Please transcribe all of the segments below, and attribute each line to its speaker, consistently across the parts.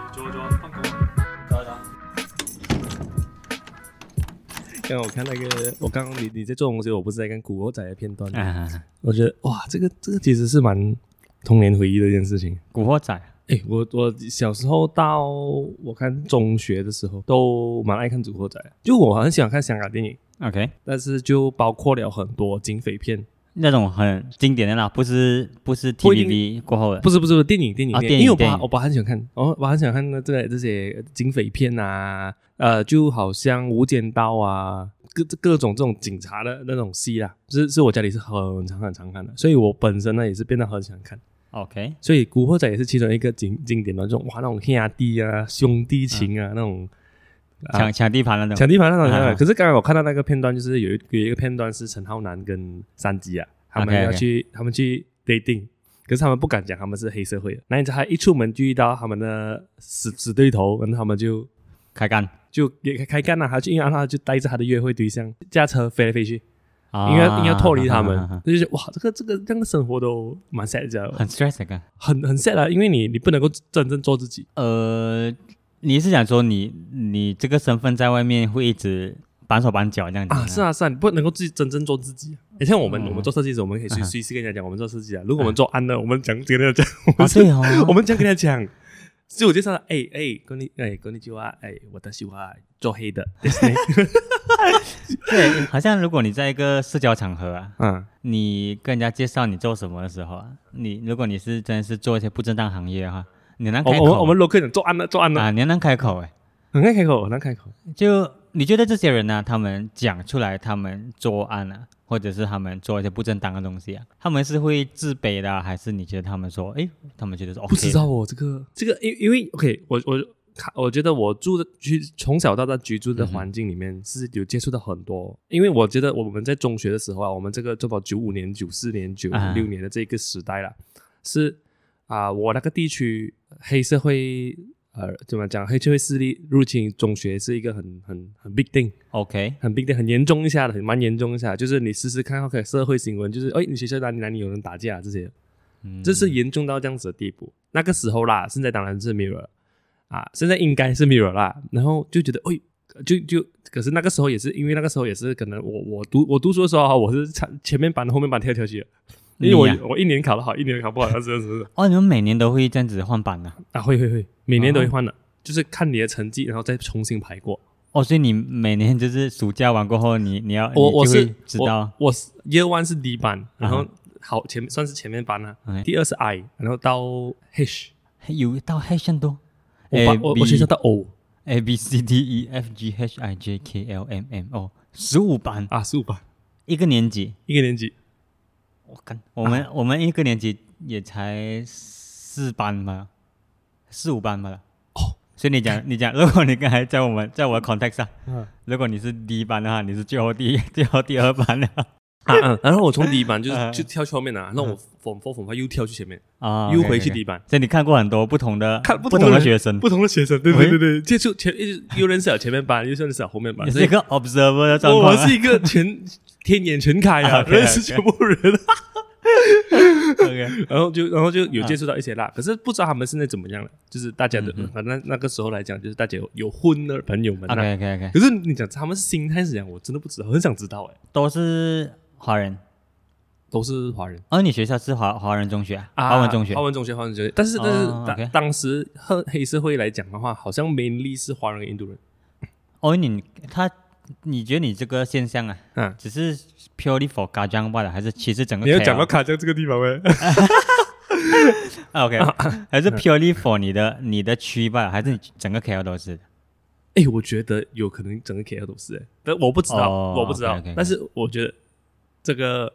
Speaker 1: 刚啊刚我看那个，我刚刚你你在做东西，我不是在看《古惑仔》的片段，
Speaker 2: 啊，
Speaker 1: 我觉得哇，这个这个其实是蛮童年回忆的一件事情。
Speaker 2: 古惑仔
Speaker 1: 哎，我我小时候到我看中学的时候，都蛮爱看《古惑仔》，就我很喜欢看香港电影，
Speaker 2: ，OK，
Speaker 1: 但是就包括了很多警匪片，
Speaker 2: 那种很经典的啦，不是不是
Speaker 1: 不一定
Speaker 2: TVB 过后的，
Speaker 1: 不是不是电影电影
Speaker 2: 啊
Speaker 1: 电影，
Speaker 2: 电影
Speaker 1: 因为我
Speaker 2: 电
Speaker 1: 爸
Speaker 2: 影
Speaker 1: 我爸很喜欢看，哦，我很喜欢看那这这些警匪片啊，呃，就好像《无间道》啊，各各种这种警察的那种戏啦，是是我家里是很常很常看的，所以我本身呢也是变得很喜欢看，
Speaker 2: OK，
Speaker 1: 所以《古惑仔》也是其中一个经经典的这种哇那种兄弟啊兄弟情啊、那种啊
Speaker 2: 抢抢地盘那种
Speaker 1: 抢地盘那种、
Speaker 2: 啊
Speaker 1: 可是刚才我看到那个片段，就是有一有一个片段是陈浩南跟山鸡啊，他们
Speaker 2: OK，OK
Speaker 1: 要去他们去 dating，可是他们不敢讲他们是黑社会的。那你知道他一出门就遇到他们的死死对头，然后他们就
Speaker 2: 开干
Speaker 1: 就也开开干了、他就因为他就带着他的约会对象驾车飞来飞去，
Speaker 2: 啊，
Speaker 1: 应该应该脱离他们
Speaker 2: 啊啊啊 啊，
Speaker 1: 这就是哇，这个这个这样的生活都蛮 sad 的，
Speaker 2: 很 stress 的。
Speaker 1: 很很 sad 啊，因为你你不能够真正做自己。
Speaker 2: 呃，你是想说你你这个身份在外面会一直绑手绑脚这样子
Speaker 1: 啊，是
Speaker 2: 啊，
Speaker 1: 啊，是啊，你不能够自己真正做自己。啊你像我们，
Speaker 2: 嗯
Speaker 1: 我们做设计师，我们可以随
Speaker 2: 嗯
Speaker 1: 随时跟人家讲我们做设计啊。如果我们做安的，我们讲跟人家讲，我
Speaker 2: 啊
Speaker 1: 们是
Speaker 2: 对哦，
Speaker 1: 我们这样跟他讲，自我介绍，哎哎，跟你哎跟你就啊，哎，我的喜欢做黑 的，
Speaker 2: 对，好像如果你在一个社交场合啊，
Speaker 1: 嗯，
Speaker 2: 你跟人家介绍你做什么的时候啊，你如果你是真的是做一些不正当行业的话，你很难
Speaker 1: 我
Speaker 2: 开
Speaker 1: 们
Speaker 2: 口
Speaker 1: 我哦们我们 local 人做安的做安的，
Speaker 2: 啊，你很难开口哎、
Speaker 1: 很难开口，很难开口。
Speaker 2: 就你觉得这些人呢、他们讲出来他们作案啊，或者是他们做一些不正当的东西啊，他们是会自卑的啊、还是你觉得他们说，诶，他们觉得是 OK
Speaker 1: 不知
Speaker 2: 的
Speaker 1: 道哦，这个这个，因因为 OK，我我看我觉得我住的居从小到大居住的
Speaker 2: 嗯哼
Speaker 1: 环境里面是有接触到很多，因为我觉得我们在中学的时候啊，我们这个正好九五年、九四年、九
Speaker 2: 啊
Speaker 1: 六年的这个时代啦，是啊、我那个地区黑社会呃怎么讲，黑社会势力入侵中学是一个很很很 big thing。
Speaker 2: OK
Speaker 1: 很 big 的，很严重一下的，很蛮严重一下的，就是你时时看到可能社会新闻，就是哎，你学校哪里哪里有人打架啊这些，
Speaker 2: 嗯
Speaker 1: 这是严重到这样子的地步。那个时候啦，现在当然是没有了啊，现在应该是没有了啦。然后就觉得，哎，就就可是那个时候也是因为那个时候也是可能我我读我读书的时候啊，我是前前面班后面班跳来跳去的，因为我、
Speaker 2: 你哎呀
Speaker 1: 我一年考得好，一年考不好，那真的 是
Speaker 2: 哦，你们每年都会这样子换版的、啊、
Speaker 1: 啊，会会会，每年都会换的，就是看你的成绩，然后再重新排过。
Speaker 2: 哦，所以你每年就是暑假完过后，你你要
Speaker 1: 我
Speaker 2: 你
Speaker 1: 我
Speaker 2: 就是会知道
Speaker 1: 我我是 Year One 是 D 班，然后
Speaker 2: 啊
Speaker 1: 好前算是前面班啦、
Speaker 2: OK
Speaker 1: 第二是 I，然后到 H，
Speaker 2: 有到 H 很多
Speaker 1: 我
Speaker 2: ，A
Speaker 1: 把我我
Speaker 2: 哎 B
Speaker 1: 学校到 O
Speaker 2: A B C D E F G H I J K L M M O 十五班
Speaker 1: 啊，十五班
Speaker 2: 一个年级，
Speaker 1: 一个年级，
Speaker 2: 我看我们、我们一个年级也才四班吧，四五班吧了。
Speaker 1: 哦，
Speaker 2: 所以你讲你讲，如果你刚才在我们在我的 context 上，
Speaker 1: 嗯
Speaker 2: 如果你是第一班的话，你是最后第一 最后第二班了
Speaker 1: 啊嗯，然后我从 D 班 就是
Speaker 2: 啊
Speaker 1: 就跳去后面啊，那我 Form Four Form Five 又跳去前面，
Speaker 2: 啊，
Speaker 1: 又
Speaker 2: OK，OK，OK
Speaker 1: 回去 D 班。
Speaker 2: 所以你看过很多不同的
Speaker 1: 看不
Speaker 2: 不
Speaker 1: 同的
Speaker 2: 同的
Speaker 1: 人
Speaker 2: 学生，
Speaker 1: 不同的学生，对对
Speaker 2: 喂
Speaker 1: 对对，接触前一直又认识了前面班，又认识了后面班，
Speaker 2: 你
Speaker 1: 所
Speaker 2: 是一
Speaker 1: 以
Speaker 2: 个 observer 的状
Speaker 1: 我
Speaker 2: 况
Speaker 1: 我
Speaker 2: 啊。
Speaker 1: 是一个全 天眼全开啊，
Speaker 2: OK，OK
Speaker 1: 认识全部人，啊
Speaker 2: 啊 OK
Speaker 1: 然后就然后就有接触到一些啦，可是不知道他们现在怎么样了。就是大家的，反正那个时候来讲，就是大家有有婚的朋友们啊，
Speaker 2: OK OK OK，
Speaker 1: 可是你讲他们心态是怎样，我真的不知道，很想知道哎、
Speaker 2: 都是华人。
Speaker 1: 都是华人，
Speaker 2: 哦，你学校是华华人中学啊，华文中学
Speaker 1: 华文中学，华文中学。但是
Speaker 2: 哦
Speaker 1: 但是当、
Speaker 2: OK
Speaker 1: 当时黑黑社会来讲的话，好像 mainly 是华人、印度人。
Speaker 2: 哦，你他，你觉得你这个现象啊，
Speaker 1: 嗯
Speaker 2: 只是 purely for 嘎江罢了，还是其实整个
Speaker 1: 你要
Speaker 2: KL
Speaker 1: 讲到卡江这个地方 喂，
Speaker 2: 啊 OK，还是 purely for 你的你的区罢了，还是你整个 KL 都是？
Speaker 1: 哎，我觉得有可能整个 KL 都是哎、但我不知道，
Speaker 2: 哦
Speaker 1: 我不知道。
Speaker 2: OK，OK，OK
Speaker 1: 但是我觉得这个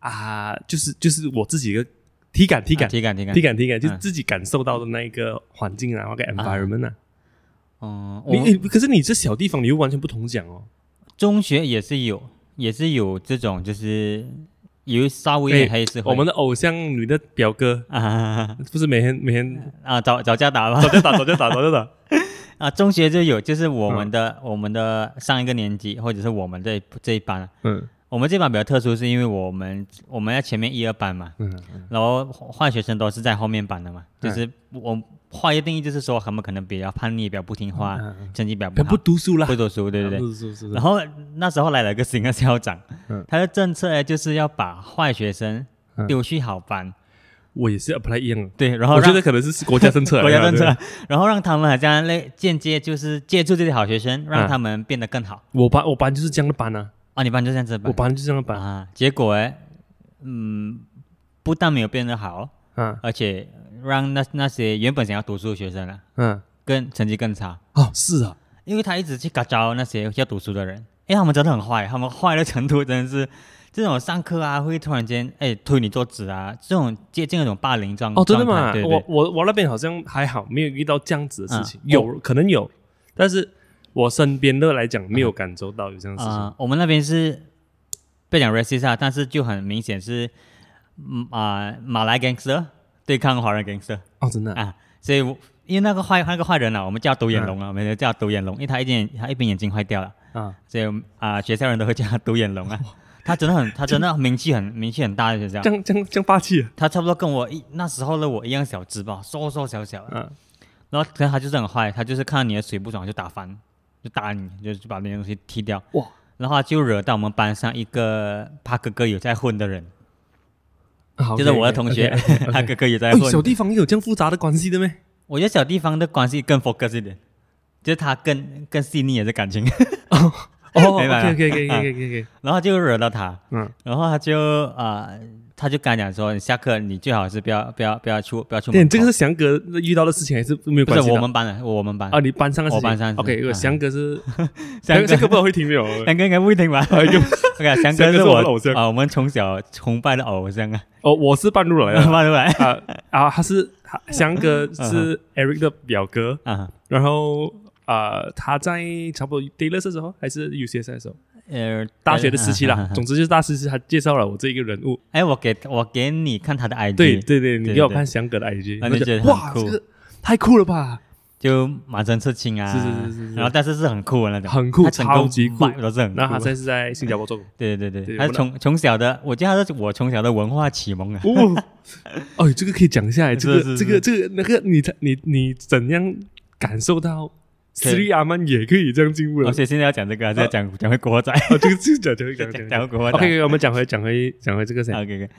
Speaker 1: 啊，就是就是我自己一个体感体
Speaker 2: 体
Speaker 1: 感、
Speaker 2: 啊体感体感
Speaker 1: 体感体感，就是
Speaker 2: 嗯
Speaker 1: 自己感受到的那一个环境啊，那个 environment 啊。
Speaker 2: 嗯，
Speaker 1: 你
Speaker 2: 我
Speaker 1: 你可是你这小地方，你又完全不同讲哦。
Speaker 2: 中学也是有，也是有这种，就是有稍微有点
Speaker 1: 哎
Speaker 2: 黑社会。
Speaker 1: 我们的偶像你的表哥
Speaker 2: 啊
Speaker 1: 不是每天每 天
Speaker 2: 啊，找找架打吧
Speaker 1: 早。就打早就打早就打，
Speaker 2: 啊，中
Speaker 1: 嗯
Speaker 2: 学就有，就是我们的、我们的上一个年级，或者是我们这一这一班啊，
Speaker 1: 嗯
Speaker 2: 我们这班比较特殊，是因为我们我们在前面一二班嘛，
Speaker 1: 嗯
Speaker 2: 然后换学生都是在后面班的嘛，就是我划一个定义，就是说他们可能比较叛逆，比较不听话，
Speaker 1: 嗯嗯
Speaker 2: 成绩比较不
Speaker 1: 不
Speaker 2: 好，
Speaker 1: 读书啦，
Speaker 2: 不读书，对不对？
Speaker 1: 不读书是不
Speaker 2: 然
Speaker 1: 是？
Speaker 2: 后那时候来了一个新的校长，
Speaker 1: 嗯
Speaker 2: 他的政策呢就是要把坏学生
Speaker 1: 嗯
Speaker 2: 丢去好班，
Speaker 1: 我也是 apply 一样的，
Speaker 2: 对，然后
Speaker 1: 我觉
Speaker 2: 让
Speaker 1: 得可啊能是国家政策，
Speaker 2: 国家政
Speaker 1: 对
Speaker 2: 策
Speaker 1: 吧。，
Speaker 2: 然后让他们好像类间接就是接触这些好学生，让
Speaker 1: 嗯
Speaker 2: 他们变得更好。
Speaker 1: 我班我班就是这样的班啊，
Speaker 2: 啊，你班就这样子吧
Speaker 1: 我，班就是这样的班
Speaker 2: 啊，结果哎，嗯，不但没有变得好，
Speaker 1: 啊，
Speaker 2: 而且让那那些原本想要读书的学生啊，
Speaker 1: 嗯，
Speaker 2: 更成绩更差，
Speaker 1: 哦，是啊，
Speaker 2: 因为他一直去嘎招那些要读书的人，哎，他们真的很坏，他们坏的程度真的是。这种上课啊，会突然间哎推你桌子啊，这种接近那种霸凌状
Speaker 1: 哦，真的
Speaker 2: 状态
Speaker 1: 吗？
Speaker 2: 对对
Speaker 1: 我我我那边好像还好，没有遇到这样子的事情，
Speaker 2: 嗯
Speaker 1: 有可能有，但是我身边的来讲没有感受到有这样的事情
Speaker 2: 啊、我们那边是被讲 racist 啊，但是就很明显是，嗯啊、马来 gangster 对抗华人 gangster
Speaker 1: 哦，真的啊
Speaker 2: 啊，所以我因为那个坏那个坏人啊，我们叫独眼
Speaker 1: 嗯
Speaker 2: 龙啊，我们就叫独眼龙，因为他一边他一边眼睛坏掉了，
Speaker 1: 啊，
Speaker 2: 所以啊、学校人都会叫他独眼 龙啊。他真的很，他真的名气很名气很大的学校
Speaker 1: 这，样这样这样霸气啊
Speaker 2: 他差不多跟我一那时候的我一样小只吧，瘦瘦小小的，
Speaker 1: 啊，
Speaker 2: 然后可能他就是很坏，他就是看到你的水不爽就打翻，就打你，就是把那些东西踢掉。
Speaker 1: 哇！
Speaker 2: 然后他就惹到我们班上一个他哥哥有在混的人，
Speaker 1: 好
Speaker 2: 就是我的同学
Speaker 1: OK，OK，OK，OK，
Speaker 2: 他哥哥有在
Speaker 1: 哎，小
Speaker 2: 混。
Speaker 1: 地方也有这样复杂的关系的咩？
Speaker 2: 我觉得小地方的关系更 focus 一点，就是他更更细腻的感情，
Speaker 1: 哦
Speaker 2: 明白了
Speaker 1: ，OK OK OK OK OK，
Speaker 2: 然后就惹到他，
Speaker 1: 嗯，
Speaker 2: 然后他就啊、呃他就跟他讲说，你下课你最好是不要不要不要出不要出
Speaker 1: 对，
Speaker 2: 门口，
Speaker 1: 哎这个是翔哥遇到的事情还是没有
Speaker 2: 不
Speaker 1: 关系
Speaker 2: 是
Speaker 1: 的
Speaker 2: 我们班的，我们班
Speaker 1: 啊？你班上的事情，
Speaker 2: 我班上的事情
Speaker 1: OK，呃
Speaker 2: 啊
Speaker 1: 翔哥是
Speaker 2: 翔
Speaker 1: 翔
Speaker 2: 哥
Speaker 1: 翔哥不知道会听没 有？
Speaker 2: 翔哥应该不会听
Speaker 1: 啊
Speaker 2: 吧？OK，翔
Speaker 1: 翔哥
Speaker 2: 哥是
Speaker 1: 是
Speaker 2: 我
Speaker 1: 我的偶像
Speaker 2: 啊、我们从小崇拜的偶像啊，
Speaker 1: 哦，我是半路来 的。
Speaker 2: 放出来
Speaker 1: 啊啊，他是他翔 哥是
Speaker 2: 嗯
Speaker 1: Eric 的表哥，
Speaker 2: 啊，
Speaker 1: 然后啊、呃他在差不多 d a y l e s 的时候还是 UCS 的时候，
Speaker 2: 呃，
Speaker 1: 大学的时期
Speaker 2: 啊
Speaker 1: 啦
Speaker 2: 啊。啊
Speaker 1: 总之就是大四时期他介绍了我这一个人物。
Speaker 2: 哎，我给我给你看他的 ID，
Speaker 1: 对对对，你
Speaker 2: 嗯对
Speaker 1: 给我
Speaker 2: 对
Speaker 1: 看翔哥的 IG，
Speaker 2: 那你
Speaker 1: 我
Speaker 2: 觉得很
Speaker 1: 哇，
Speaker 2: 酷
Speaker 1: 这个太酷了吧？
Speaker 2: 就满身刺青啊，
Speaker 1: 是是是是是
Speaker 2: 然后但是是很酷的那种，
Speaker 1: 很酷
Speaker 2: 他整个
Speaker 1: 超级酷
Speaker 2: 脉都是很酷。
Speaker 1: 然后他现在是在新加坡做工。
Speaker 2: 对对对，
Speaker 1: 对
Speaker 2: 他
Speaker 1: 我
Speaker 2: 从从小的，我觉得他是我从小的文化启蒙啊，
Speaker 1: 哦，哦，这个可以讲一下，这
Speaker 2: 是
Speaker 1: 个
Speaker 2: 是
Speaker 1: 这
Speaker 2: 是
Speaker 1: 个这个那个，你你你怎样感受到？斯里阿曼也可以这样进 步了
Speaker 2: 而，且现在要讲这
Speaker 1: 呃
Speaker 2: 个啊，是要讲讲回国仔，
Speaker 1: 哦，这个这个讲讲讲
Speaker 2: 讲
Speaker 1: 讲讲。
Speaker 2: 讲回国仔。
Speaker 1: OK，我们讲回讲回讲回这个谁？
Speaker 2: OK OK。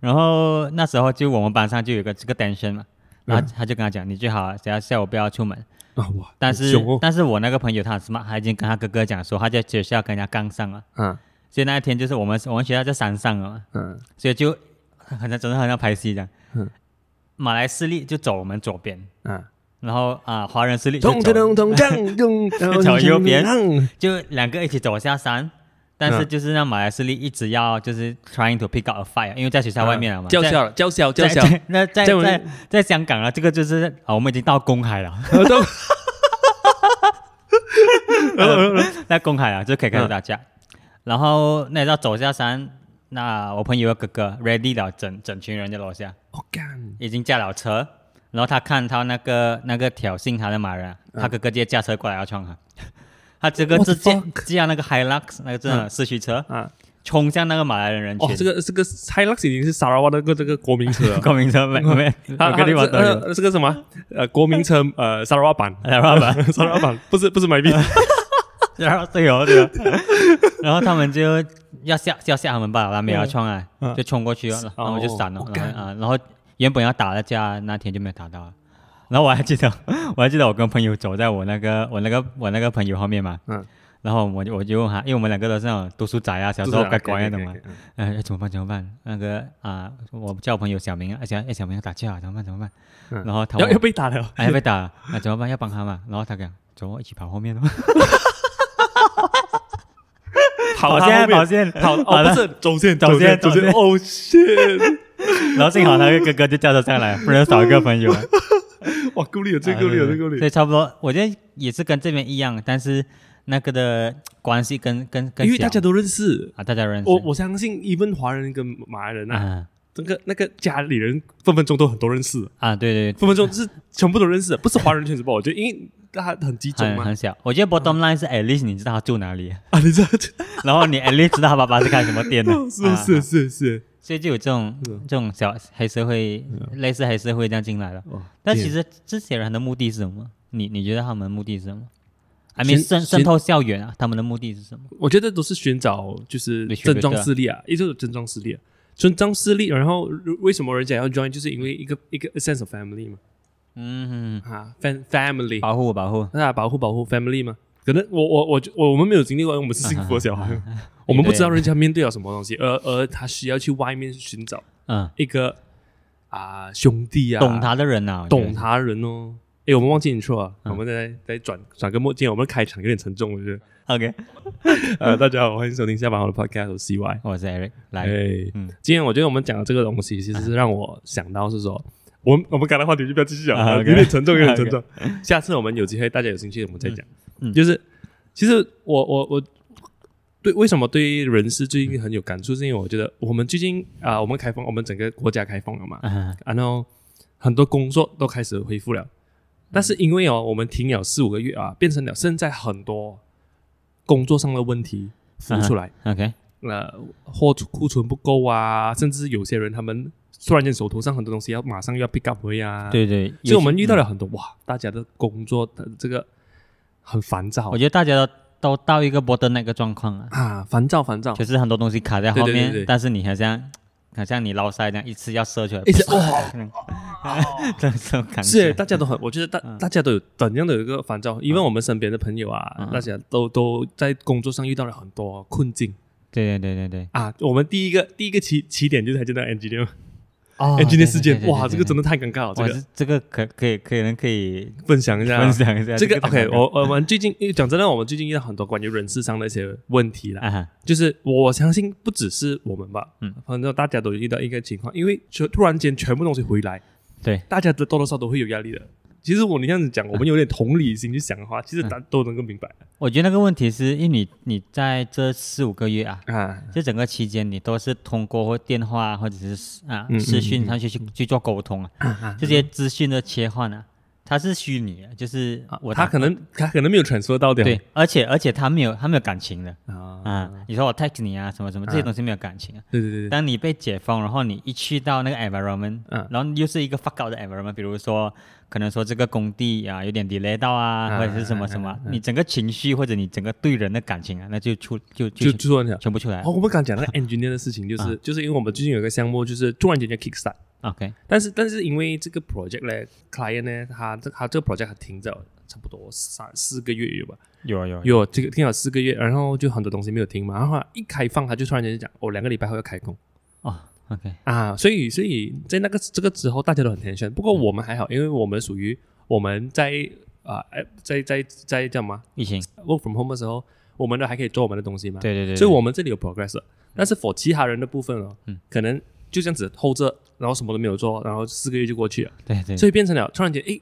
Speaker 2: 然后那时候就我们班上就有个这个 tension 嘛，
Speaker 1: 嗯
Speaker 2: 然后他就跟他讲，你最好下下午不要出门。
Speaker 1: 啊哇，
Speaker 2: 但
Speaker 1: 好
Speaker 2: 是
Speaker 1: 凶哦
Speaker 2: 但是我那个朋友他很 smart，他已经跟他哥哥讲说他在学校跟人家杠上了，
Speaker 1: 啊
Speaker 2: 所以那一天就是我们我们学校在山上了嘛，
Speaker 1: 嗯
Speaker 2: 所以就好像真的好像拍戏这样。
Speaker 1: 嗯
Speaker 2: 马来势力就走我们左边，
Speaker 1: 啊，
Speaker 2: 然后啊、华人势力就
Speaker 1: 咚咚
Speaker 2: 走，
Speaker 1: 咚咚咚咚
Speaker 2: 就朝
Speaker 1: 咚，
Speaker 2: 右边
Speaker 1: 嗯
Speaker 2: 就两个一起走下山。但是
Speaker 1: 嗯
Speaker 2: 就是让马来势力一直要就是 trying to pick out a fight，因为在学校外面了嘛，
Speaker 1: 啊叫
Speaker 2: 在
Speaker 1: 嚣了，叫嚣，叫
Speaker 2: 在
Speaker 1: 嚣，
Speaker 2: 在那在
Speaker 1: 在我
Speaker 2: 在在香港啊，这个就是啊、我们已经到公海 了，
Speaker 1: 呃都嗯
Speaker 2: 在公海啊就可以开始打架。然后那要走下山，那我朋友的哥哥 ready 了，整整群人在楼下，
Speaker 1: 我哦干，
Speaker 2: 已经驾了车，然后他看到那个那个挑衅他的马人啊，
Speaker 1: 嗯
Speaker 2: 他哥哥直接驾车过来要撞他，他这个
Speaker 1: What the
Speaker 2: 直接驾那个 Hilux 那个真的四驱车
Speaker 1: 啊，
Speaker 2: 冲向那个马来人人群。，
Speaker 1: 哦，这个这个 Hilux 已经是 Sarawak 的个这个国民车了
Speaker 2: 光明 车没没，
Speaker 1: 它
Speaker 2: 每个地
Speaker 1: 它
Speaker 2: 方
Speaker 1: 是
Speaker 2: 都有。
Speaker 1: 啊呃这个什么呃国民车呃 Sarawak 版
Speaker 2: 然后 吧，
Speaker 1: ，Sarawak 版不是不是买币，
Speaker 2: 呃然后对哦对哦，然后他们就要吓要吓他们吧，他们也要冲啊，
Speaker 1: 嗯
Speaker 2: 就冲过去哦，然后我就闪了
Speaker 1: 哦，
Speaker 2: 然
Speaker 1: 干
Speaker 2: 后啊，然后原本要打的架那天就没有打到 了。然后我还记得， 我还记得我跟朋友走在我那个我那个我那个朋友后面嘛，
Speaker 1: 嗯，
Speaker 2: 然后我就我就问他，因为我们两个都是那种读书仔啊，小时候乖乖的嘛，哎，怎么办？怎么办？那个啊、我叫我朋友小明啊，而且哎小明要打架啊，怎么办？怎么办？
Speaker 1: 嗯
Speaker 2: 然后他
Speaker 1: 要
Speaker 2: 问
Speaker 1: 要被打 了，
Speaker 2: 哎，被打了，那、怎么办？要帮他嘛？然后他讲，走，一起跑后面咯。
Speaker 1: 跑
Speaker 2: 现
Speaker 1: 他
Speaker 2: 在跑
Speaker 1: 后面
Speaker 2: 线跑
Speaker 1: 跑
Speaker 2: 好
Speaker 1: 哦
Speaker 2: 了
Speaker 1: 不是走线
Speaker 2: 走线
Speaker 1: 线
Speaker 2: 走
Speaker 1: 走
Speaker 2: 线
Speaker 1: 线，哦 shit，
Speaker 2: 然后幸好他哥哥就叫他上来，不然少一个朋友。啊
Speaker 1: 哇够力了， 这够力了，这够力
Speaker 2: 所以差不多，我觉得也是跟这边一样，但是那个的关系跟跟跟
Speaker 1: 因为大家都认识。
Speaker 2: 啊，大家认识
Speaker 1: 我我相信，even 华人跟马来人啊，
Speaker 2: 啊
Speaker 1: 整个那个家里人分分钟都很多认识，
Speaker 2: 啊，对对
Speaker 1: 分分钟是全部都认识的，不是华人圈子吧？我觉得，因为他很集中
Speaker 2: 很
Speaker 1: 嘛
Speaker 2: 很小。我觉得 bottom line 是 at least 你知道他住哪里，
Speaker 1: 啊，你这，
Speaker 2: 然后你 at least 知道他爸爸是开什么店的
Speaker 1: 是
Speaker 2: 啊
Speaker 1: 是是是，
Speaker 2: 所以就有这种
Speaker 1: 是
Speaker 2: 这种小黑社会，
Speaker 1: 嗯
Speaker 2: 类似黑社会这样进来了。
Speaker 1: 哦，
Speaker 2: 但
Speaker 1: 天
Speaker 2: 其实这些人的目的是什么？你你觉得他们的目的是什么？I mean，
Speaker 1: 先
Speaker 2: 渗
Speaker 1: 先
Speaker 2: 渗透校园啊，他们的目的是什么？
Speaker 1: 我觉得都是寻找就是
Speaker 2: 对
Speaker 1: 症状势力啊，一直有症状势力、啊，症状势力。然后如为什么人家要 join，就是因为一个一个 sense of family 嘛，
Speaker 2: 嗯，
Speaker 1: 啊，fam family，
Speaker 2: 保护我保护。
Speaker 1: 那、保护保护 family 嘛。可能我我我就我我们没有经历过，我们是幸福的小 孩，我们不知道人家面对了什么东西，而而他需要去外面寻找
Speaker 2: 嗯，
Speaker 1: 一个啊、兄弟啊，
Speaker 2: 懂他的人呐、啊，
Speaker 1: 懂。他人哦。诶，我们忘记你说啊，
Speaker 2: 嗯
Speaker 1: 我们再再转转个墨镜，我们开场有点沉重，我觉得。
Speaker 2: OK，
Speaker 1: 呃，大家好，欢迎收听下班后的 podcast，我是 CY。
Speaker 2: 我是 Eric，来，
Speaker 1: 哎，
Speaker 2: 嗯
Speaker 1: 今天我觉得我们讲的这个东西，其实是让我想到是说，哎我们我们刚才话题就不要继续讲
Speaker 2: 啊
Speaker 1: 了，
Speaker 2: ，OK
Speaker 1: 有点沉重，有点沉重。 下次我们有机会，大家有兴趣我们再讲。
Speaker 2: 嗯嗯
Speaker 1: 就是其实我我我对为什么对人事最近很有感触，是因为我觉得我们最近啊、我们开放，我们整个国家开放了嘛，
Speaker 2: 嗯
Speaker 1: 然后很多工作都开始恢复了，但是因为哦，我们停了四五个月啊，变成了现在很多工作上的问题浮出来。
Speaker 2: ，OK，
Speaker 1: 呃货库存不够啊，甚至有些人他们突然间手头上很多东西要马上要 pick up 回啊，，
Speaker 2: 对对，
Speaker 1: 所
Speaker 2: 有
Speaker 1: 以我
Speaker 2: 些
Speaker 1: 们遇到了很多、哇，大家的工作的这个很烦躁
Speaker 2: 我觉得大家都都到一个波的那个状况了，
Speaker 1: 啊，烦躁烦躁，
Speaker 2: 就是很多东西卡在后
Speaker 1: 对对
Speaker 2: 面，
Speaker 1: 对对
Speaker 2: 但是你好像好像你捞塞这样一次要射出来，
Speaker 1: 一直哇，
Speaker 2: 这种感觉
Speaker 1: 哎哦是大家都很，我觉得大、
Speaker 2: 嗯
Speaker 1: 大家都有怎样的有一个烦躁，因为我们身边的朋友啊，
Speaker 2: 嗯
Speaker 1: 大家都都在工作上遇到了很多困境
Speaker 2: 对对对对对，
Speaker 1: 啊。我们第一个第一个起起点就是还见到 engineer、
Speaker 2: 哦
Speaker 1: engineer 啊事件，哇，这个真
Speaker 2: 的，
Speaker 1: 的太尴尬哦了，这
Speaker 2: 哇，
Speaker 1: 个
Speaker 2: 这这个可可以可能可以
Speaker 1: 分享一下啊，
Speaker 2: 分享一下
Speaker 1: 这个
Speaker 2: 太
Speaker 1: OK，
Speaker 2: 尴尬
Speaker 1: 我我们最近因为讲真的，我们最近遇到很多关于人事上的一些问题啦。
Speaker 2: 啊哈，
Speaker 1: 就是我相信不只是我们吧，
Speaker 2: 嗯，
Speaker 1: 反正大家都遇到一个情况，因为就突然间全部东西回来，
Speaker 2: 对，
Speaker 1: 大家都多多少少都会有压力的。其实我你这样子讲，我们有点同理心去想的话，其实大
Speaker 2: 嗯
Speaker 1: 家都能够明白
Speaker 2: 我觉得那个问题是因为你你在这四五个月啊，
Speaker 1: 啊。
Speaker 2: 这整个期间，你都是通过或电话或者是啊
Speaker 1: 嗯嗯嗯
Speaker 2: 视讯上去去去做沟通啊，这些资讯的切换啊，它是虚拟的，就是我
Speaker 1: 啊他可能他可能没有传说到的，
Speaker 2: 啊对，而且而且它没有它没有感情的
Speaker 1: 啊，
Speaker 2: 啊，你说我 text 你啊什么什么这些
Speaker 1: 啊
Speaker 2: 东西没有感情啊。
Speaker 1: 对对对对，
Speaker 2: 当你被解封，然后你一去到那个 environment，、
Speaker 1: 嗯
Speaker 2: 然后又是一个 fuck out 的 environment，比如说可能说这个工地啊有点 delay 到啊，
Speaker 1: 啊
Speaker 2: 或者是什么什么，
Speaker 1: 啊啊啊
Speaker 2: 你整个情绪或者你整个对人的感情啊，那就出就就
Speaker 1: 就就说你讲，
Speaker 2: 全部出来了。
Speaker 1: 哦，我们刚讲那个 engineer 的事情，
Speaker 2: 啊
Speaker 1: 就是就是因为我们最近有一个项目，就是突然间就 kickstart。
Speaker 2: OK，
Speaker 1: 但是但是因为这个 project 呢，client 呢，他这他这个 project 还停着差不多三四个月有吧，
Speaker 2: 有啊有啊
Speaker 1: 有这个停了四个月，然后就很多东西没有停嘛，然后他一开放他就突然间就讲，哦，两个礼拜后要开工
Speaker 2: 哦，OK，
Speaker 1: 啊，所以所以在那个这个之后大家都很 tension，不过我们还好，因为我们属于我们在啊、呃在在在叫什么
Speaker 2: 疫情，
Speaker 1: work from home 的时候，我们都还可以做我们的东西嘛，
Speaker 2: 对对对，
Speaker 1: 所以我啊们这里有 progress，的但是 for 其他人的部分哦，
Speaker 2: 嗯
Speaker 1: 可能就这样子 hold 着，然后什么都没有做，然后四个月就过去了。
Speaker 2: 对对，
Speaker 1: 所以变成了突然间，诶，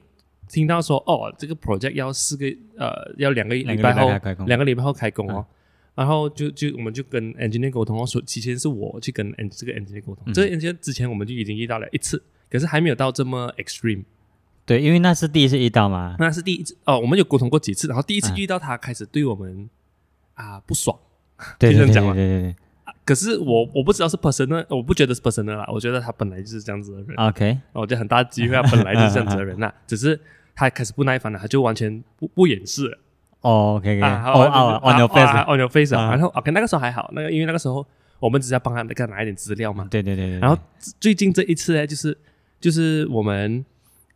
Speaker 1: 听到说哦，这个 project 要四个呃，要两个礼
Speaker 2: 两个
Speaker 1: 拜
Speaker 2: 礼拜
Speaker 1: 后
Speaker 2: 开开工，嗯
Speaker 1: 两个礼拜后开工哦。然后就就我们就跟 engineer 沟通哦，说提前是我去跟 en 这个 engineer 沟
Speaker 2: 嗯
Speaker 1: 通，这个 engineer 之前我们就已经遇到了一次，可是还没有到这么 extreme。
Speaker 2: 对，因为那是第一次遇到 嘛，
Speaker 1: 那是第一次哦，我们有沟通过几次，然后第
Speaker 2: 啊
Speaker 1: 一次遇到他开始对我们啊不爽，
Speaker 2: 对
Speaker 1: 听
Speaker 2: 对
Speaker 1: 人
Speaker 2: 对
Speaker 1: 讲嘛
Speaker 2: 对对对
Speaker 1: 可是我我不知道是 personal，我不觉得是 personal 啦，我觉得他本来就是这样子的人。
Speaker 2: ，OK，
Speaker 1: 我觉得很大机会啊，本来就是这样子的 人呐、只是他开始不耐烦了，他就完全不不掩饰了
Speaker 2: 哦，OK OK，
Speaker 1: 啊，
Speaker 2: 哦哦
Speaker 1: 啊
Speaker 2: ，on your
Speaker 1: 啊
Speaker 2: face，
Speaker 1: on your face 啊。
Speaker 2: 啊
Speaker 1: 然后 OK，那个时候还好，那个因为那个时候我们只是要帮他给他拿一点资料嘛。
Speaker 2: 对对对对，
Speaker 1: 然后最近这一次呢，就是就是我们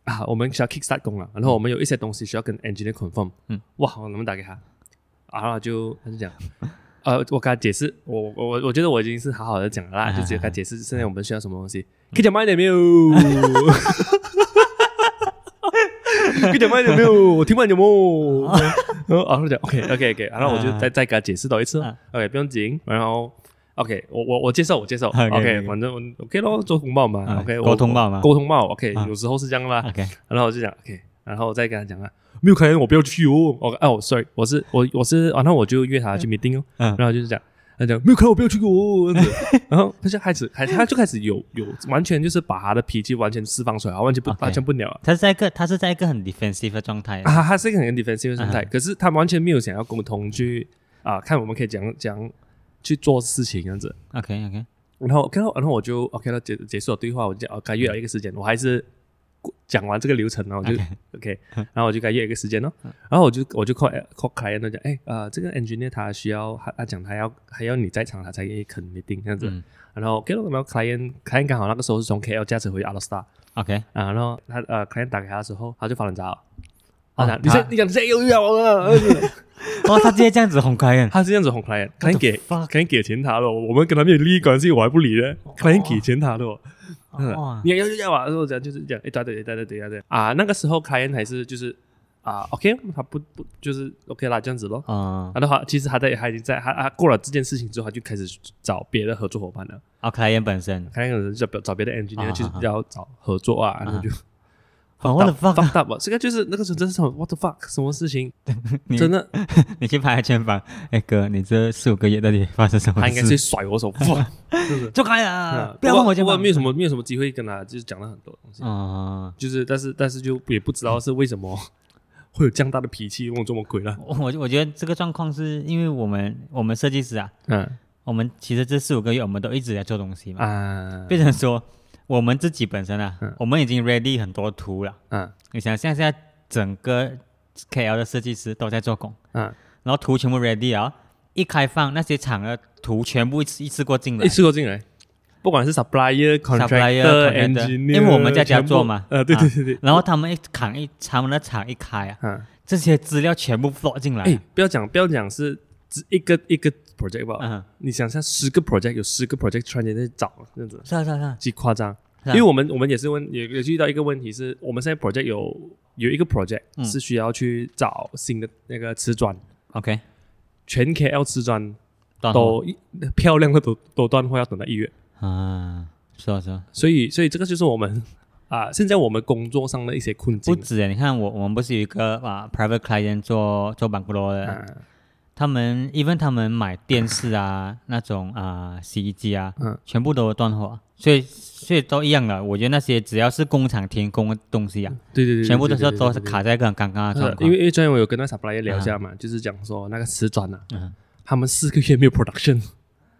Speaker 1: 啊，我们需要 kickstart 工了，然后我们有一些东西需要跟 engineer confirm。
Speaker 2: 嗯，
Speaker 1: 哇，我能不能打给他？啊然后他就他就讲，呃，我跟他解释，我我我我觉得我已经是好好的讲了
Speaker 2: 啊
Speaker 1: 啦，就直接跟他解释现在我们需要什么东西，
Speaker 2: 嗯
Speaker 1: 可以讲慢一点没有？ 可以讲慢一点没有？我听不懂有没有？
Speaker 2: 啊
Speaker 1: 然后然后就讲 OK OK OK，然后我就再再给他解释多一次
Speaker 2: 啊
Speaker 1: ，OK 不用紧，然后 OK 我我我接受我接受
Speaker 2: OK，OK，OK
Speaker 1: OK 反正我 OK 咯，做红包嘛
Speaker 2: 啊
Speaker 1: ，OK
Speaker 2: 沟通报
Speaker 1: 报
Speaker 2: 嘛
Speaker 1: 沟通报 OK
Speaker 2: 啊
Speaker 1: 有时候是这样啦，
Speaker 2: OK，
Speaker 1: 然后我就讲 OK，然后我再跟他讲啊，没有开恩，我不要去哦。我哦，sorry，我是我我是，然后我就约他去 meeting 哦。
Speaker 2: 嗯
Speaker 1: 然后就是讲他讲没有看我不要去过，这样子 然后他就开始，还他就开始有有完全就是把他的脾气完全释放出来，完全不
Speaker 2: OK 嗯
Speaker 1: 完全不鸟了。
Speaker 2: 他是在一个他是在一个很 defensive 的状态，
Speaker 1: 啊，他是一个很 defensive 的心
Speaker 2: 嗯
Speaker 1: 态，可是他完全没有想要沟通去啊，看我们可以怎样怎样去做事情这样子。
Speaker 2: OK OK，
Speaker 1: 然后，然后，然后我就 OK 了，结结束了对话，我就哦该约了一个时间，我还是讲完这个流程，然后我就
Speaker 2: OK 嗯
Speaker 1: OK，然后我就该约一个时间咯。然后我就我就 call call client 就讲，哎啊、呃这个 engineer 他需要他他讲他要还要你在场，他才可以 c o m m i t i n g 这样子。
Speaker 2: 嗯
Speaker 1: 然后 OK 咯然后 client client 刚好那个时候是从 KL 驾车回阿拉斯加
Speaker 2: OK，
Speaker 1: 啊，然后他呃 client 打给他的时候，他就发人渣了。
Speaker 2: 哦
Speaker 1: 啊，你在
Speaker 2: 他
Speaker 1: 你讲你在啊又遇到我了，
Speaker 2: 哦，他直接这样子哄开嗯人，
Speaker 1: 他是这样子哄 client，client 给
Speaker 2: fuck？
Speaker 1: client 给钱他了，我们跟他没有利益关系，我还不理呢。client 给钱他的哦，
Speaker 2: 哇
Speaker 1: 你要要要啊，然后我讲就是讲，哎，对对对对对对对啊，那个时候 client 还是就是啊，OK，他不不就是 OK 啦，这样子咯。
Speaker 2: 嗯
Speaker 1: 他的话，其实他在他已经在他他过了这件事情之后，他就开始找别的合作伙伴了。
Speaker 2: 哦，开人本身，
Speaker 1: client 可能就找找别的 engineer
Speaker 2: 啊
Speaker 1: 去
Speaker 2: 啊啊
Speaker 1: 要找合作啊，然后就
Speaker 2: 哦我的 fuck，
Speaker 1: fuck up，啊这个就是那个时候真是很 what the fuck 什么事情，
Speaker 2: 你
Speaker 1: 真的
Speaker 2: 你去拍前房， 哎哥，你这四五个月到底发生什么
Speaker 1: 他
Speaker 2: 事？
Speaker 1: 应该是甩我手，哇，真的。
Speaker 2: 就开
Speaker 1: 啊
Speaker 2: 啊，不要问我
Speaker 1: 不
Speaker 2: 肩
Speaker 1: 过
Speaker 2: 膀
Speaker 1: 没。有什么没有什么机会跟他就是讲了很多东西，
Speaker 2: 嗯，
Speaker 1: 就是但是但是就也不知道是为什么会有这样大的脾气，问我这么鬼了。
Speaker 2: 我我我觉得这个状况是因为我们我们设计师啊，
Speaker 1: 嗯
Speaker 2: 我们其实这四五个月我们都一直在做东西嘛，
Speaker 1: 啊
Speaker 2: 变成说我们自己本身啊
Speaker 1: 嗯，
Speaker 2: 我们已经 ready 很多图了。
Speaker 1: 嗯
Speaker 2: 你想象现在整个 KL 的设计师都在做工，
Speaker 1: 嗯，
Speaker 2: 然后图全部 ready 啊，一开放那些厂的图全部一次一次过进来
Speaker 1: 一。次过进来，不管是 supplier、
Speaker 2: Supplier
Speaker 1: contractor、
Speaker 2: contractor，
Speaker 1: engineer，
Speaker 2: 因为我们在家
Speaker 1: 全部
Speaker 2: 做嘛
Speaker 1: 呃，对
Speaker 2: 啊
Speaker 1: 对对对，
Speaker 2: 然后他们一扛一，他们的厂一开啊，
Speaker 1: 嗯，
Speaker 2: 这些资料全部 flow 进来啊。
Speaker 1: 哎，不要讲不要讲是只一个一个 project 吧，
Speaker 2: 嗯，
Speaker 1: 你想象十个 project 有十个 project 突然间在找这样子，
Speaker 2: 是啊是啊是啊，
Speaker 1: 极夸张。
Speaker 2: 是
Speaker 1: 因
Speaker 2: 啊
Speaker 1: 为我们我们也是问也也遇到一个问题是，我们现在 project 有有一个 project
Speaker 2: 嗯
Speaker 1: 是需要去找新的那个瓷砖，
Speaker 2: OK，
Speaker 1: 全 KL 瓷砖
Speaker 2: 断货
Speaker 1: 都一漂亮的都都断货要等到一月，
Speaker 2: 啊，是啊是啊，
Speaker 1: 所以所以这个就是我们 啊现在我们工作上的一些困
Speaker 2: 不
Speaker 1: 境。
Speaker 2: 止啊，你看我我们不是有一个啊 private client 做做 b a n g l o 的，
Speaker 1: 啊
Speaker 2: 他们 even 他们买电视 啊那种啊洗衣机啊，
Speaker 1: 嗯
Speaker 2: 全部都断货，啊所以所以都一样的。我觉得那些只要是工厂提供的东西啊，
Speaker 1: 对嗯对对，
Speaker 2: 全部都
Speaker 1: 对对
Speaker 2: 是
Speaker 1: 对
Speaker 2: 都是
Speaker 1: 对对
Speaker 2: 卡在一个很尴尬的状
Speaker 1: 呃
Speaker 2: 况。啊
Speaker 1: 因为因为之前我有跟那 supplier 聊一下嘛，就是讲说那个瓷砖啊，
Speaker 2: 嗯
Speaker 1: 他们四个月没有 production，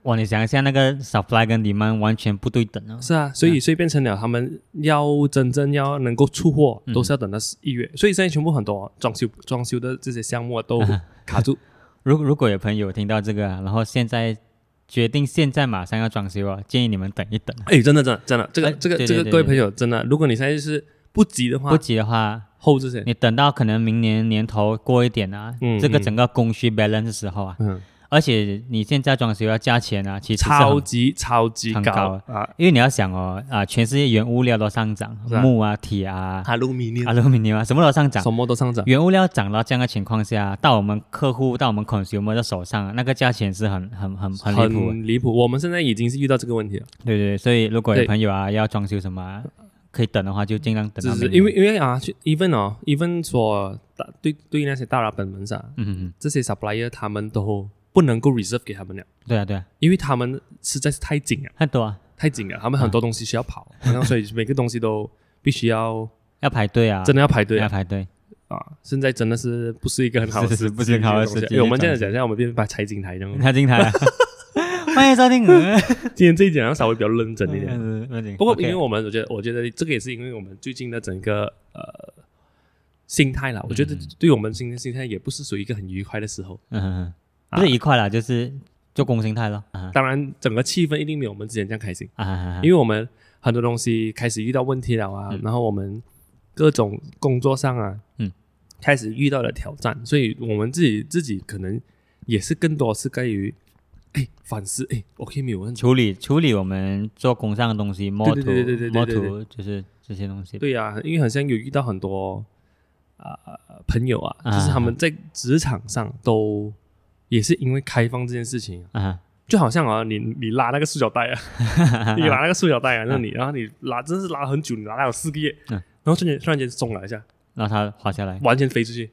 Speaker 2: 哇，你想一下那个 supply 跟 demand 完全不对等啊。
Speaker 1: 是啊，所以所以变成了他们要真正要能够出货，
Speaker 2: 嗯
Speaker 1: 都是要等到一月。所以现在全部很多装修装修的这些项目 都卡住。
Speaker 2: 如如果有朋友听到这个啊，然后现在决定现在马上要装修啊，建议你们等一等，
Speaker 1: 哎，真的真的真的，这个
Speaker 2: 哎
Speaker 1: 这个
Speaker 2: 对
Speaker 1: 这个
Speaker 2: 对对
Speaker 1: 各位
Speaker 2: 对
Speaker 1: 朋友，真的，如果你现在是不急的
Speaker 2: 不
Speaker 1: 话，
Speaker 2: 急嗯的话，
Speaker 1: 后这些，
Speaker 2: 你等到可能明年年头过一点啊，
Speaker 1: 嗯
Speaker 2: 这个
Speaker 1: 嗯
Speaker 2: 整个供需 balance 的时候啊，
Speaker 1: 嗯，
Speaker 2: 而且你现在装修要加钱啊，其实是很
Speaker 1: 超级超级
Speaker 2: 很
Speaker 1: 高
Speaker 2: 高
Speaker 1: 啊，
Speaker 2: 因为你要想哦啊，全世界原物料都上涨，
Speaker 1: 是啊
Speaker 2: 木啊、铁啊、
Speaker 1: 哈鲁米尼
Speaker 2: 阿鲁米尼啊，什么都上涨。
Speaker 1: 什么都上涨。
Speaker 2: 原物料涨到这样的情况下，到我们客户、到我们 consumer 的手上，啊那个价钱是很、很、很、很离谱的。
Speaker 1: 离谱，我们现在已经是遇到这个问题了，
Speaker 2: 对对对，所以如果有
Speaker 1: 对
Speaker 2: 朋友啊要装修什么啊、可以等的话就尽量等
Speaker 1: 只
Speaker 2: 到
Speaker 1: 是
Speaker 2: 明年
Speaker 1: 因为因为啊去，even 哦，even 说大对对于那些大老板们上，
Speaker 2: 嗯嗯，嗯
Speaker 1: 这些 supplier 他们都不能够 reserve 给他们了，
Speaker 2: 对啊对啊，
Speaker 1: 因为他们实在是太紧了，
Speaker 2: 很多啊，
Speaker 1: 太紧了，他们很多东西需要跑，然后所以每个东西都必须要
Speaker 2: 要排队啊，
Speaker 1: 真的要排队
Speaker 2: 要
Speaker 1: 啊！
Speaker 2: 排队。
Speaker 1: 啊现在真的是不是一个很好的
Speaker 2: 是
Speaker 1: 时
Speaker 2: 是
Speaker 1: 机，
Speaker 2: 不是很好的
Speaker 1: 这个
Speaker 2: 时机
Speaker 1: 东西哎我们现在讲一下，我们变成财经台这样。
Speaker 2: 他精彩了，欢迎收听。
Speaker 1: 今天这一讲要稍微比较认真一点，
Speaker 2: 点
Speaker 1: 不过，因为我们我觉得，我觉得这个也是因为我们最近的整个呃心态啦，我觉得对我们今天心态也不是属于一个很愉快的时候。
Speaker 2: 嗯，
Speaker 1: 啊
Speaker 2: 不是一块啦，就是做工心态咯。啊
Speaker 1: 当然，整个气氛一定没有我们之前这样开心，
Speaker 2: 啊啊！
Speaker 1: 因为我们很多东西开始遇到问题了啊，然后我们各种工作上啊，
Speaker 2: 嗯，
Speaker 1: 开始遇到了挑战，所以我们自己自己可能也是更多是关于哎反思哎，OK 没有问题。
Speaker 2: 处理处理我们做工上的东西，摸
Speaker 1: 对
Speaker 2: 图
Speaker 1: 对对对对
Speaker 2: 摸
Speaker 1: 对对
Speaker 2: 图就是这些东西。
Speaker 1: 对呀、因为好像有遇到很多啊、呃朋友啊，
Speaker 2: 啊
Speaker 1: 就是他们在职场上都也是因为开放这件事情，
Speaker 2: 啊，
Speaker 1: 就好像啊，你你拉那个塑胶袋啊， 你拉那个塑胶袋啊，那你然后你拉真是拉了很久，你拉了有四个月，
Speaker 2: 嗯
Speaker 1: 然后突然间突然间松了一下，
Speaker 2: 让它滑下来
Speaker 1: 完全飞出去，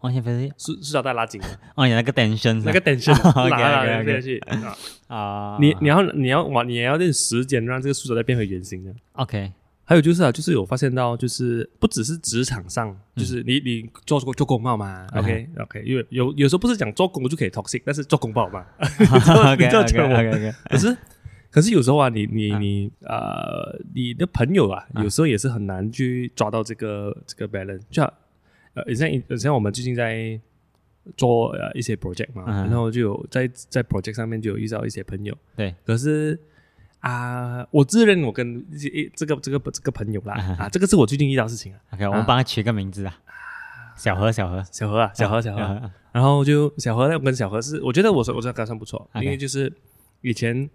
Speaker 2: 完全分析，
Speaker 1: 是是要带拉紧 的，
Speaker 2: 哦，你那个 tension
Speaker 1: 那个 tension
Speaker 2: ，OK，OK，OK
Speaker 1: 拉拉下去啊。
Speaker 2: 啊，
Speaker 1: 你你要你要往你要用时间让这个塑胶袋变回原形的。
Speaker 2: OK，
Speaker 1: 还有就是啊，就是有发现到，就是不只是职场上，就是你你做做做工报嘛
Speaker 2: 嗯
Speaker 1: 嗯，OK OK，因为有有时候不是讲做工就可以 toxic，但是做工不好嘛。
Speaker 2: OK
Speaker 1: 你 知道
Speaker 2: OK
Speaker 1: 这样吗
Speaker 2: OK，
Speaker 1: 可是可是有时候啊，你你
Speaker 2: 啊
Speaker 1: 你呃，你的朋友啊，有时候也是很难去抓到这个这个 balance，就好呃，像像我们最近在做呃一些 project 嘛，
Speaker 2: 嗯
Speaker 1: 然后就有在在 project 上面就有遇到一些朋友，
Speaker 2: 对，
Speaker 1: 可是啊、我自认我跟一些一这个这个这个朋友啦
Speaker 2: 啊
Speaker 1: 啊，这个是我最近遇到的事情啊，
Speaker 2: OK，我们帮他取个名字啊，小何小何
Speaker 1: 小何啊，小何小何啊，
Speaker 2: 啊
Speaker 1: 然后就小何，我跟小何是，我觉得我说我这感算不错
Speaker 2: OK
Speaker 1: 因为就是以前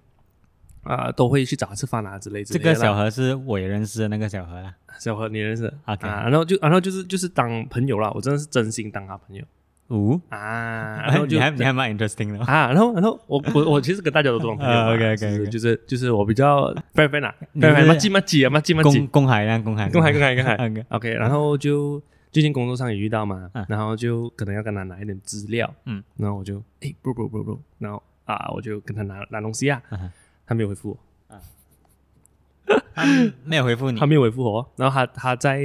Speaker 1: 啊、都会去找他吃饭啊之类之
Speaker 2: 这
Speaker 1: 类的啦。
Speaker 2: 个小何是我也认识的那个小何啦。啊
Speaker 1: 小何你认识
Speaker 2: OK
Speaker 1: 啊？然后就然后就是就是当朋友啦，我真的是真心当他朋友
Speaker 2: 哦，
Speaker 1: 啊。 然
Speaker 2: 哎
Speaker 1: 后
Speaker 2: 你
Speaker 1: 就
Speaker 2: 还你还蛮 interesting 的哦。
Speaker 1: 啊，然后然后我我我其实跟大家都这种朋友嘛
Speaker 2: 啊，OK，OK，OK
Speaker 1: 是就是就是我比较 friend friend 啊
Speaker 2: 你是
Speaker 1: ，friend friend 嘛，记嘛记啊嘛记嘛
Speaker 2: 公
Speaker 1: 记，
Speaker 2: 公海啦，公海，
Speaker 1: 跟还跟还跟还。
Speaker 2: OK，
Speaker 1: OK，然后就最近工作上也遇到嘛，
Speaker 2: 嗯
Speaker 1: 然后就可能要跟他拿一点资料，
Speaker 2: 嗯，
Speaker 1: 然后我就哎不不不不，然后啊我就跟他拿拿东西啊，
Speaker 2: 嗯哼
Speaker 1: 他没有回复我，
Speaker 2: 没有回复你
Speaker 1: 他。没有回复我，然后他他在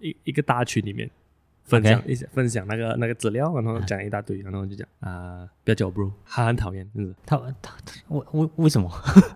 Speaker 1: 一一个大群里面分享一些分享那个那个资料，然后讲一大堆，然后我就讲啊不要叫我 bro，他很讨厌，就是
Speaker 2: 他他他为为为什么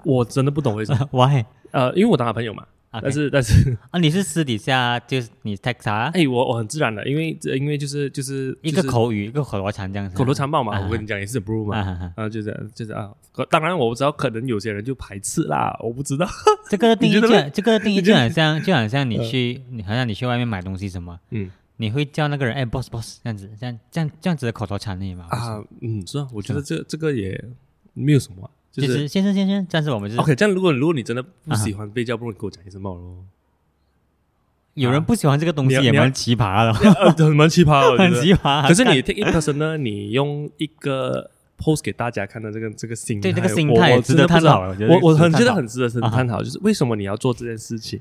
Speaker 1: 我真的不懂为什 么，
Speaker 2: ？Why？
Speaker 1: 呃，因为我当他朋友嘛。
Speaker 2: OK
Speaker 1: 但是但是，
Speaker 2: 啊，你是私底下就是你 text 他
Speaker 1: 哎，我我很自然的，因为因为就是就是
Speaker 2: 一个
Speaker 1: 就是
Speaker 2: 口语，一个口头禅这样子啊。
Speaker 1: 口头禅报嘛，
Speaker 2: 啊
Speaker 1: 我跟你讲也是 bro 嘛，
Speaker 2: 啊啊，啊
Speaker 1: 啊，就这样，就这样。可当然，我不知道，可能有些人就排斥啦，我不知道。
Speaker 2: 这个定义
Speaker 1: 你觉
Speaker 2: 就
Speaker 1: 得
Speaker 2: 很这个定义就很像就 很像你去你好像你去外面买东西什么，
Speaker 1: 嗯
Speaker 2: 你会叫那个人哎 boss boss 这样子，这样这样这样子的口头禅而已嘛。
Speaker 1: 啊，嗯，是啊，我觉得这这个也没有什么啊，就
Speaker 2: 就是是先生先生，但是我们就是
Speaker 1: OK。这样，如果如果你真的不喜欢被叫，不如你给我讲一声冒咯。
Speaker 2: 有人不喜欢这个东西
Speaker 1: 你要
Speaker 2: 也
Speaker 1: 你要
Speaker 2: 蛮奇葩 的，
Speaker 1: 呃，很蛮奇葩，我觉
Speaker 2: 很
Speaker 1: 得。
Speaker 2: 奇葩。
Speaker 1: 可是你 take it person 呢？你用一个 post 给大家看的这个这个心态，
Speaker 2: 对这个心
Speaker 1: 我
Speaker 2: 态
Speaker 1: 我
Speaker 2: 值
Speaker 1: 真的
Speaker 2: 得
Speaker 1: 不
Speaker 2: 探
Speaker 1: 知道
Speaker 2: 讨。我觉得
Speaker 1: 我我
Speaker 2: 值得
Speaker 1: 很觉
Speaker 2: 探
Speaker 1: 得
Speaker 2: 讨
Speaker 1: 很值得
Speaker 2: 啊哈
Speaker 1: 探讨，就是为什么你要做这件事情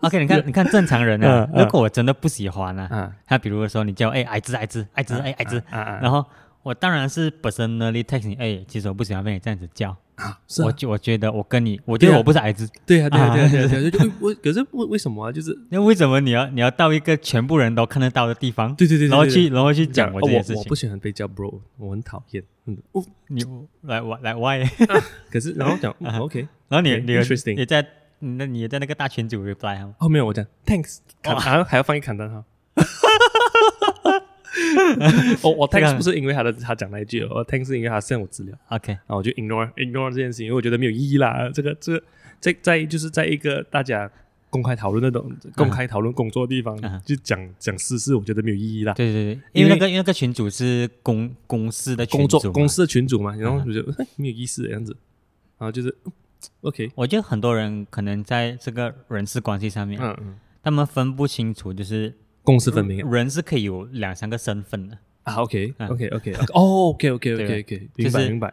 Speaker 2: OK，你看，你看正常人啊，
Speaker 1: 嗯嗯
Speaker 2: 如果我真的不喜欢啊，
Speaker 1: 啊？
Speaker 2: 他比如说你叫哎矮子矮子矮子哎矮子，
Speaker 1: 啊啊
Speaker 2: 然后我当然是 personally text 你哎，其实我不喜欢被你这样子叫，
Speaker 1: 啊！是啊
Speaker 2: 我就我觉得我跟你，我
Speaker 1: 对啊
Speaker 2: 觉得我不是矮子，
Speaker 1: 对啊，对啊，
Speaker 2: 啊
Speaker 1: 对啊，对啊对啊，就 就我可是为为什么啊？就是
Speaker 2: 那为什么你要你要到一个全部人都看得到的地方，
Speaker 1: 对对对，对
Speaker 2: 然后
Speaker 1: 对
Speaker 2: 去然后去讲
Speaker 1: 讲
Speaker 2: 我
Speaker 1: 哦
Speaker 2: 这件事
Speaker 1: 我我
Speaker 2: 情
Speaker 1: 不？喜欢被叫 bro，我很讨厌。嗯，哦，
Speaker 2: 你来我来 why？
Speaker 1: 可是然后讲、 嗯、OK，
Speaker 2: 然后你
Speaker 1: Okay,
Speaker 2: 你有
Speaker 1: interesting
Speaker 2: 你在那你有在那个大群组 reply 吗？
Speaker 1: 后面哦我讲 thanks，砍还要还要放一砍 单哈。我哦我
Speaker 2: 这
Speaker 1: thanks
Speaker 2: 个
Speaker 1: 不是因为他的他讲那一句，我 thanks 是因为他 send 我资料，
Speaker 2: OK，
Speaker 1: 然后我就 ignore ignore 这件事情，因为我觉得没有意义啦。这个这个在在就是在一个大家公开讨论那种
Speaker 2: 啊
Speaker 1: 公开讨论工作的地方
Speaker 2: 嗯哼
Speaker 1: 就讲讲私事，我觉得没有意义啦。
Speaker 2: 对对对，
Speaker 1: 因
Speaker 2: 因
Speaker 1: 为
Speaker 2: 为那个因为那个群主是公公司的群
Speaker 1: 工作
Speaker 2: 组嘛
Speaker 1: 公司的群主嘛，然后
Speaker 2: 嗯哼
Speaker 1: 我觉得哎没有意思的样子，然后就是嗯 OK，
Speaker 2: 我觉得很多人可能在这个人事关系上面，
Speaker 1: 嗯嗯，
Speaker 2: 他们分不清楚，就是
Speaker 1: 公私分明啊。
Speaker 2: 人是可以有两三个身份的。
Speaker 1: 啊，OK
Speaker 2: 啊
Speaker 1: OK OK，哦，OK OK
Speaker 2: 对
Speaker 1: OK
Speaker 2: 对
Speaker 1: OK，
Speaker 2: 就
Speaker 1: 明白
Speaker 2: 是
Speaker 1: 明白。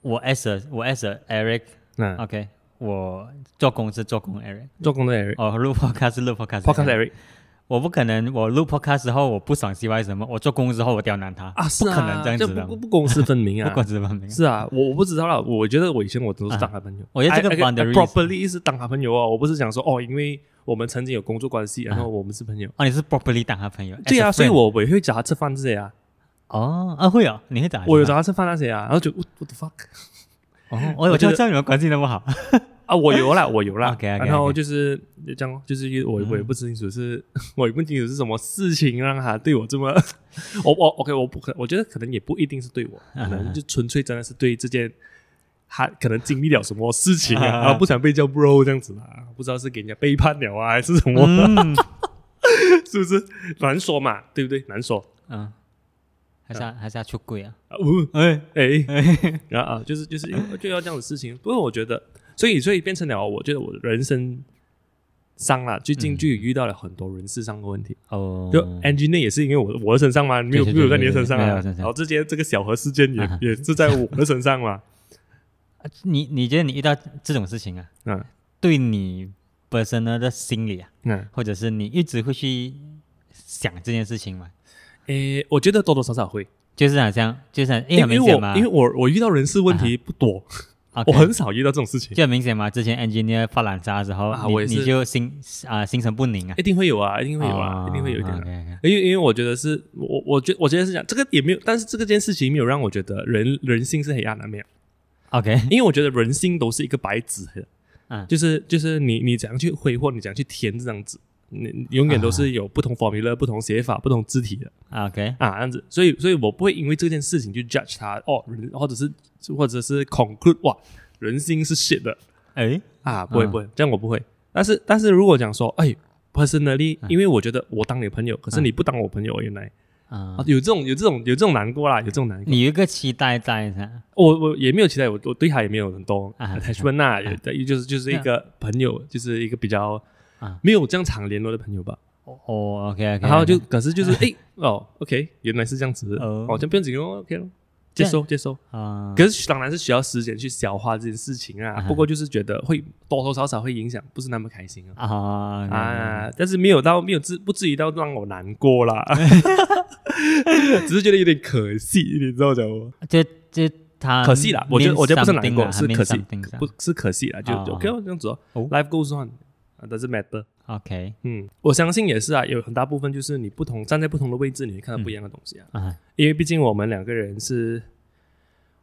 Speaker 2: 我 as a, 我 as a Eric，OK，、
Speaker 1: 那
Speaker 2: OK，我做工是做工 Eric，
Speaker 1: 做工的 Eric，Podcast
Speaker 2: 哦， 录 podcast 是录 podcast
Speaker 1: 嗯 Eric
Speaker 2: 我不可能我录 podcast 之后我不爽 CY 什么，我做工之后我刁难他
Speaker 1: 啊，是
Speaker 2: 哦不
Speaker 1: 啊
Speaker 2: 可能这样子的
Speaker 1: 不，不公私分明
Speaker 2: 不
Speaker 1: 啊
Speaker 2: 管。怎么样。
Speaker 1: 是啊，我我不知道啦，我觉得我以前我都是当他朋友。
Speaker 2: 我觉得这个
Speaker 1: I- I- I
Speaker 2: boundaries-
Speaker 1: properly 是当他朋友哦，我不是讲说哦，因为我们曾经有工作关系，然后我们是朋友。
Speaker 2: 哦，你是 properly 当他朋友？
Speaker 1: 对啊，
Speaker 2: as 啊 a
Speaker 1: 所
Speaker 2: friend
Speaker 1: 以我我也会找他吃饭这些啊，
Speaker 2: 哦啊会哦，你会打
Speaker 1: 我有
Speaker 2: 打
Speaker 1: 找他吃饭那些啊，然后就 what what the fuck
Speaker 2: 哦，我
Speaker 1: 我
Speaker 2: 有
Speaker 1: 觉
Speaker 2: 就
Speaker 1: 得
Speaker 2: 知道你们关系那么好，
Speaker 1: 啊，我有啦，我有啦。
Speaker 2: OK，OK，OK 嗯
Speaker 1: 然后就是就这样哦，就是因为我我也不清楚是， 我也不清楚是什么事情让他对我这么， 我我 OK，我不可，我觉得可能也不一定是对我，可能就纯粹真的是对这件。他可能经历了什么事情啊，
Speaker 2: 啊啊啊
Speaker 1: 然后不想被叫 bro 这样子啦，不知道是给人家背叛了啊，还是什么，
Speaker 2: 嗯
Speaker 1: 是不是难说嘛，对不对？难说
Speaker 2: 嗯，还是要还是要出柜啊？
Speaker 1: 啊，呜
Speaker 2: 哎
Speaker 1: 哎，
Speaker 2: 哎，
Speaker 1: 然后啊，就是就是因为就要这样的事情。不过我觉得，所以所以变成了，我觉得我的人生上啦，最近就有遇到了很多人事上的问题。
Speaker 2: 嗯哦，
Speaker 1: 就 engineer 也是因为我我的身上嘛，没有
Speaker 2: 对对
Speaker 1: 没有在你的身上啊。
Speaker 2: 没有身上
Speaker 1: 然后这些这个小河事件也、
Speaker 2: 啊
Speaker 1: 也是在我的身上 嘛。
Speaker 2: 你你觉得你遇到这种事情啊，
Speaker 1: 嗯
Speaker 2: 对你本身呢的心理啊，
Speaker 1: 嗯，
Speaker 2: 或者是你一直会去想这件事情吗？
Speaker 1: 诶，我觉得多多少少会，
Speaker 2: 就是好像就是很诶
Speaker 1: 因
Speaker 2: 很
Speaker 1: 为
Speaker 2: 明
Speaker 1: 我
Speaker 2: 显嘛啊
Speaker 1: 因为我我遇到人事问题不多，我
Speaker 2: OK
Speaker 1: 很少遇到这种事情，
Speaker 2: 就很明显嘛，之前 engineer 发懒渣的时候，
Speaker 1: 啊
Speaker 2: 你
Speaker 1: 我也是
Speaker 2: 你就心啊、心神不宁啊，
Speaker 1: 一定会有啊，一定会有啊，一定会有一点、
Speaker 2: o
Speaker 1: 啊。
Speaker 2: k o
Speaker 1: 因为因为我觉得是我我觉我觉得是这样，这个也没有，但是这个件事情没有让我觉得人人性是黑暗的，没有，
Speaker 2: k OK，
Speaker 1: 因为我觉得人性都是一个白纸的，
Speaker 2: 嗯
Speaker 1: 就是就是你你怎样去挥霍，你怎样去填这张纸，你你永远都
Speaker 2: 啊
Speaker 1: 是有不同 formula、不同写法、不同字体的
Speaker 2: OK，
Speaker 1: 啊，这样子，所以所以我不会因为这件事情去 judge 它哦，人或者是或者是 conclude 哇，人性是 shit 的，
Speaker 2: 哎，
Speaker 1: 啊，不会
Speaker 2: 嗯
Speaker 1: 不会，这样我不会。但是但是如果讲说，哎，personally，因为
Speaker 2: 嗯
Speaker 1: 我觉得我当你的朋友，可是你不当我朋友，原来
Speaker 2: 啊、
Speaker 1: 啊有这种有这种有这种难过啦，有这种难过。
Speaker 2: 你有一个期待在噻，
Speaker 1: 我我也没有期待，我我对他也没有很多
Speaker 2: 啊
Speaker 1: attachment 呐，有的就是就是一个朋友，就是一个比较
Speaker 2: 啊
Speaker 1: 没有这样常联络的朋友吧。
Speaker 2: 哦，OK OK，
Speaker 1: 然后就可是 就是哎哦，OK，原来是这样子，
Speaker 2: 哦
Speaker 1: 哦，这样不用紧哦，OK 咯，接受接受。
Speaker 2: 啊，
Speaker 1: 可是当然是需要时间去消化这件事情啊，不过就是觉得会多多少少会影响，不是那么开心啊。
Speaker 2: 啊，OK，OK，
Speaker 1: 啊，但是没有到没有至不至于到让我难过 啦， 只是觉得有点可惜，你知道我讲吗？
Speaker 2: 啊就就他
Speaker 1: 可惜啦，我觉得
Speaker 2: means
Speaker 1: 我觉得不是难
Speaker 2: something
Speaker 1: 过，
Speaker 2: 啦
Speaker 1: 是
Speaker 2: 他
Speaker 1: 可
Speaker 2: means
Speaker 1: 惜
Speaker 2: something，啦
Speaker 1: 不是可惜啦，就
Speaker 2: 哦
Speaker 1: OK 哦，这样子哦
Speaker 2: 哦
Speaker 1: ，Life goes on，doesn't matter。
Speaker 2: 啊 OK
Speaker 1: 嗯，我相信也是啊，有很大部分就是你不同站在不同的位置，你会看到不一样的东西啊。
Speaker 2: 啊，
Speaker 1: 因为毕竟我们两个人是，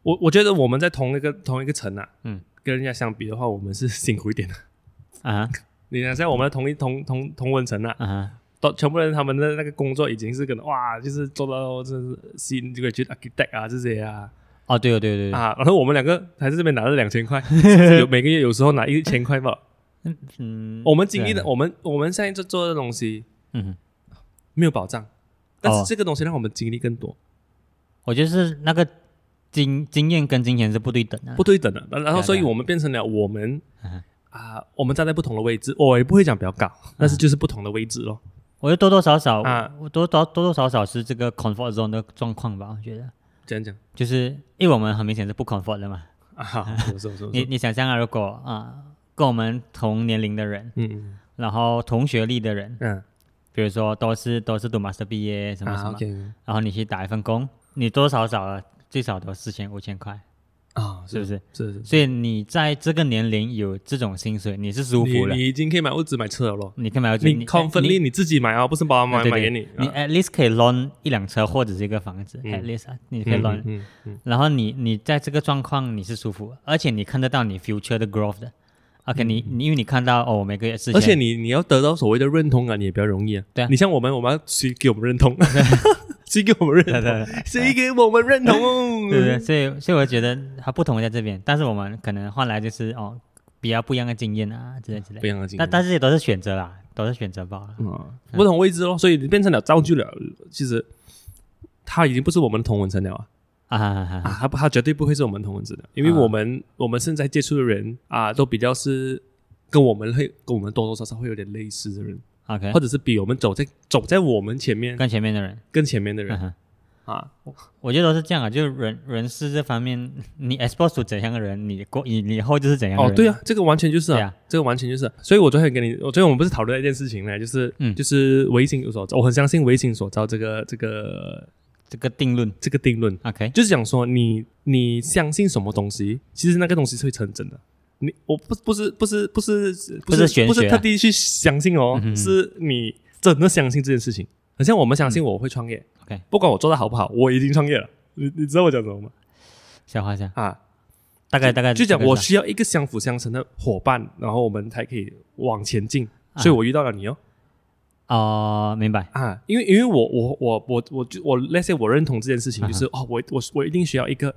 Speaker 1: 我我觉得我们在同一个同一个层啊，
Speaker 2: 嗯，
Speaker 1: 跟人家相比的话，我们是辛苦一点的。
Speaker 2: 啊
Speaker 1: 你想像我们同一同同同文层啊，
Speaker 2: 啊
Speaker 1: 都全部人他们的那个工作已经是可能哇，就是做到这是新这个去 architect 啊这些啊
Speaker 2: 哦，对哦对对对，
Speaker 1: 啊，然后我们两个还在这边拿了两千块， 有每个月有时候拿一千块 吧。
Speaker 2: 嗯
Speaker 1: 我们经历
Speaker 2: 对
Speaker 1: 的，我们我们现在在做的东西
Speaker 2: 嗯哼。
Speaker 1: 没有保障，但
Speaker 2: 哦
Speaker 1: 是这个东西让我们经历更多，
Speaker 2: 我就是那个经经验跟金钱是不对等的。
Speaker 1: 不对等的。然然后，
Speaker 2: 对啊
Speaker 1: 所以
Speaker 2: 对啊
Speaker 1: 我们变成了我们
Speaker 2: 嗯
Speaker 1: 啊，我们站在不同的位置，我也不会讲比较高，但是就是不同的位置咯。
Speaker 2: 我觉得多多少少，
Speaker 1: 啊
Speaker 2: 我多多多多少少是这个 comfort zone 的状况吧。我觉得，
Speaker 1: 这样讲
Speaker 2: 就是因为我们很明显是不 comfort 的嘛。
Speaker 1: 啊，好， 我说我说，我
Speaker 2: 你
Speaker 1: 说
Speaker 2: 你想象啊，如果啊、跟我们同年龄的人，
Speaker 1: 嗯
Speaker 2: 然后同学历的人
Speaker 1: 嗯，嗯
Speaker 2: 比如说都是都是读 master 毕业什么什
Speaker 1: 啊
Speaker 2: 么，
Speaker 1: ，OK
Speaker 2: 然后你去打一份工，你多多少少啊最少都四千五千块，
Speaker 1: 啊，
Speaker 2: 是不
Speaker 1: 是
Speaker 2: 是？
Speaker 1: 是是，
Speaker 2: 所以你在这个年龄有这种薪水，你是舒服
Speaker 1: 你
Speaker 2: 了。
Speaker 1: 你已经可以买屋子买车了咯。
Speaker 2: 你看没有？
Speaker 1: 你 confidently
Speaker 2: 你
Speaker 1: 你自己买啊，不是爸爸妈妈
Speaker 2: 对
Speaker 1: 买给
Speaker 2: 对
Speaker 1: 你。
Speaker 2: 你
Speaker 1: 啊
Speaker 2: at least 可以 loan 一辆车或者是一个房子、
Speaker 1: 嗯
Speaker 2: a t least 啊你可以
Speaker 1: 嗯
Speaker 2: loan，、
Speaker 1: 嗯嗯
Speaker 2: 然后你你在这个状况你是舒服，而且你看得到你 future 的 growth 的。OK，、你你因为你看到哦，我每个月四
Speaker 1: 嗯
Speaker 2: 千，
Speaker 1: 而且你你要得到所谓的认同感，你也比较容易啊。
Speaker 2: 对啊
Speaker 1: 你像我们，我们要谁给我们认 同？谁给我们认
Speaker 2: 对
Speaker 1: 同？
Speaker 2: 对对
Speaker 1: 谁给我们认同哦？
Speaker 2: 对对，所以所以我觉得它不同在这边，但是我们可能换来就是哦比较不一样的经验啊之类之类
Speaker 1: 不一，样的经
Speaker 2: 但
Speaker 1: 验。
Speaker 2: 但是也都是选择啦，都是选择罢了。
Speaker 1: 嗯不同位置咯，所以你变成了造就了。其实他已经不是我们的同文层了啊！
Speaker 2: 啊哈哈哈
Speaker 1: 啊，他不他绝对不会是我们同文层的，因为
Speaker 2: 啊
Speaker 1: 我们我们现在接触的人啊，都比较是跟我们会跟我们多多少少会有点类似的人，
Speaker 2: ，OK，
Speaker 1: 或者是比我们走在走在我们前面
Speaker 2: 跟前面的人，
Speaker 1: 更前面的
Speaker 2: 嗯
Speaker 1: 人
Speaker 2: 哼
Speaker 1: 啊，
Speaker 2: 我觉得都是这样啊，就是人人事这方面， 你 expose to 怎样的人，你过你你以后就是怎样的
Speaker 1: 哦
Speaker 2: 人。，
Speaker 1: 对啊，这个完全就是
Speaker 2: 对
Speaker 1: 啊
Speaker 2: 啊，
Speaker 1: 这个完全就是啊。所以我昨天跟你，我昨天我们不是讨论了一件事情呢，就是
Speaker 2: 嗯
Speaker 1: 就是唯心所造，我很相信唯心所造这个这个
Speaker 2: 这个定论
Speaker 1: 这个定论，
Speaker 2: ，OK，
Speaker 1: 就是讲说你你相信什么东西，其实那个东西是会成真的。你我不不是不是不是不
Speaker 2: 不是玄学啊嗯
Speaker 1: 不是特地去相信哦，是你真的相信这件事情。很像我们相信我会创业
Speaker 2: 嗯 OK
Speaker 1: 不管我做的好不好，我已经创业了。你你知道我讲什么吗？
Speaker 2: 消化一下，
Speaker 1: 啊，
Speaker 2: 大概大概
Speaker 1: 就讲
Speaker 2: 这个
Speaker 1: 我
Speaker 2: 是吧
Speaker 1: 需要一个相辅相成的伙伴，然后我们才可以往前进。
Speaker 2: 啊
Speaker 1: 所以我遇到了你哦
Speaker 2: 哦，明白，
Speaker 1: 啊，因为因为我我我我我就我那些我认同这件事情，就是、
Speaker 2: 啊
Speaker 1: 哦，我我我一定需要一个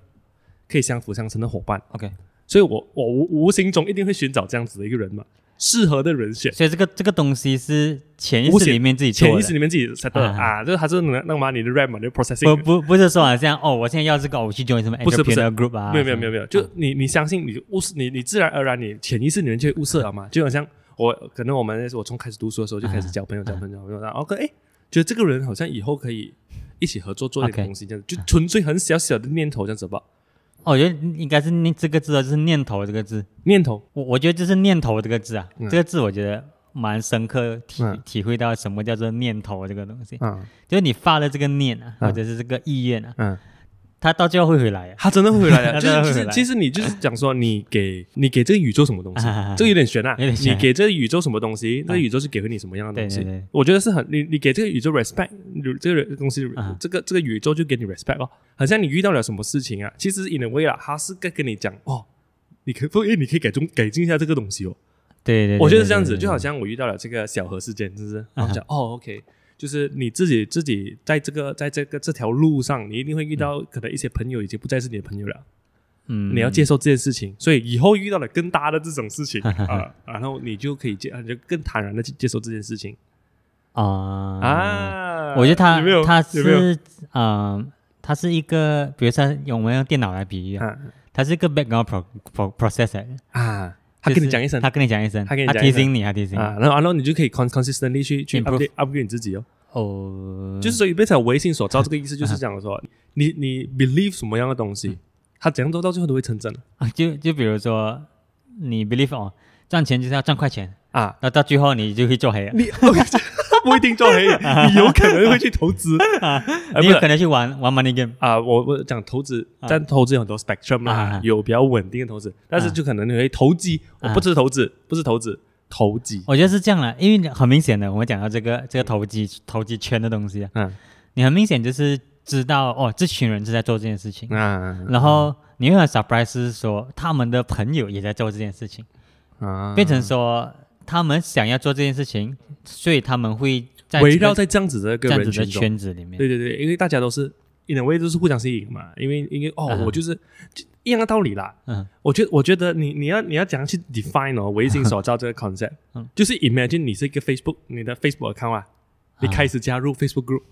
Speaker 1: 可以相辅相成的伙伴，
Speaker 2: OK，
Speaker 1: 所以我我无无形中一定会寻找这样子的一个人嘛，适合的人选。
Speaker 2: 所以这个这个东西是潜意
Speaker 1: 无
Speaker 2: 识
Speaker 1: 形
Speaker 2: 里面自己做
Speaker 1: 潜
Speaker 2: 的
Speaker 1: 意识里面自己 set 的
Speaker 2: 啊
Speaker 1: 啊，就是他就是能能把你的 RAM 嘛，就 processing
Speaker 2: 不不不是说好像哦，我现在要这个，我去 join 什么
Speaker 1: 不是不是
Speaker 2: entrepreneur group 啊，
Speaker 1: 没有没有没
Speaker 2: 有，
Speaker 1: 有没有，就你你相信你物你你自然而然你潜意识里面就会物色了嘛，就好像我可能我们我从开始读书的时候就开
Speaker 2: 嗯
Speaker 1: 始交朋友交朋友交朋友，然后 OK 哎，觉得这个人好像以后可以一起合作做点
Speaker 2: OK
Speaker 1: 东西这样子，就纯粹很小小的念头这样子吧，
Speaker 2: 哦我觉得应该啊是念这个字哦，就是念头这个字，
Speaker 1: 念头
Speaker 2: 我我觉得就是念头这个字啊，这个字我觉得蛮深刻体、
Speaker 1: 嗯
Speaker 2: 体会到什么叫做念头这个东西，
Speaker 1: 嗯
Speaker 2: 就是你发了这个念啊，
Speaker 1: 嗯
Speaker 2: 或者是这个意愿啊，
Speaker 1: 嗯，
Speaker 2: 它到最后会回来啊
Speaker 1: 他真的会回来 的。
Speaker 2: 他
Speaker 1: 就
Speaker 2: 真的
Speaker 1: 是
Speaker 2: 会
Speaker 1: 其
Speaker 2: 回
Speaker 1: 实
Speaker 2: 来
Speaker 1: 其实你就是讲说，你给你给这个宇宙什么东西，
Speaker 2: 啊。
Speaker 1: 这个有点悬啊。
Speaker 2: 有点悬
Speaker 1: 你给这个宇宙什么东西，那
Speaker 2: 啊
Speaker 1: 宇宙是给回你什么样的东
Speaker 2: 对
Speaker 1: 西？
Speaker 2: 对对，
Speaker 1: 我觉得是很你你给这个宇宙 respect，这个东西
Speaker 2: 啊，
Speaker 1: 这个这个宇宙就给你 respect 哦。好像你遇到了什么事情啊，其实 in a way 啦，他是在跟你讲哦，你可以不，哎，你可以改中改进一下这个东西哦。
Speaker 2: 对对，对
Speaker 1: 我觉得是这样子，
Speaker 2: 对对对
Speaker 1: 就好像我遇到了这个小何事件，就是
Speaker 2: 啊哈
Speaker 1: 然后讲哦，OK，就是你自己自己在这个在这个这条路上，你一定会遇到可能一些朋友已经不再是你的朋友了，
Speaker 2: 嗯，
Speaker 1: 你要接受这件事情，所以以后遇到了更大的这种事情啊，然后你就可以接，啊你就更坦然的去接受这件事情
Speaker 2: 啊
Speaker 1: 啊。
Speaker 2: 我觉得他
Speaker 1: 有没有
Speaker 2: 他
Speaker 1: 有没有
Speaker 2: 是嗯，他是一个，比如说用我们用电脑来比喻啊，
Speaker 1: 啊
Speaker 2: 它是一个 background pro, pro process 来的，
Speaker 1: 啊？他
Speaker 2: 就
Speaker 1: 跟你
Speaker 2: 是
Speaker 1: 讲一声啊，
Speaker 2: 他跟你讲一声，
Speaker 1: 他跟你讲一
Speaker 2: 提
Speaker 1: 声啊
Speaker 2: 醒你，他提醒你。
Speaker 1: 然后然后你就可以 con consistently 去去
Speaker 2: Improve
Speaker 1: upgrade upgrade 你自己哦。
Speaker 2: 哦，
Speaker 1: 就是所以被成微信所造，这个意思就是讲说，
Speaker 2: 嗯
Speaker 1: 你你 believe 什么样的东西，他怎样做到最后都会成真的
Speaker 2: 啊就就比如说你 believe 哦，赚钱就是要赚快钱，
Speaker 1: 啊。
Speaker 2: 那到最后你就会做黑了，
Speaker 1: 你不一定做 黑，你有可能会去投资啊，不
Speaker 2: 你有
Speaker 1: 是
Speaker 2: 可能去玩玩 money game
Speaker 1: 啊，我我讲投资，但投资有很多 spectrum 啦
Speaker 2: 啊，
Speaker 1: 有比较稳定的投资，但是就可能你会投机，我
Speaker 2: 啊
Speaker 1: 不是投资，不是投资，投机，
Speaker 2: 我觉得是这样啦，因为很明显的，我们讲到这个这个投机投机圈的东西啊，
Speaker 1: 嗯
Speaker 2: 你很明显就是知道哦，这群人是在做这件事情，
Speaker 1: 啊
Speaker 2: 然后你会很 surprise 是说他们的朋友也在做这件事情，
Speaker 1: 啊
Speaker 2: 变成说他们想要做这件事情，所以他们会在
Speaker 1: 围绕
Speaker 2: 这
Speaker 1: 在这样子的一个
Speaker 2: 个这样
Speaker 1: 人
Speaker 2: 子的
Speaker 1: 群中，
Speaker 2: 圈子里面。
Speaker 1: 对对对，因为大家都是 in a way 都是互相吸引嘛，因为因为哦，
Speaker 2: 嗯
Speaker 1: 我就是就一样的道理啦。
Speaker 2: 嗯，
Speaker 1: 我觉我觉得你你要你要怎样去 define 哦，微信所造这个 concept，
Speaker 2: 嗯
Speaker 1: 就是 imagine 你是一个 Facebook，你的 Facebook account 啊，你
Speaker 2: 啊
Speaker 1: 开始加入 Facebook group，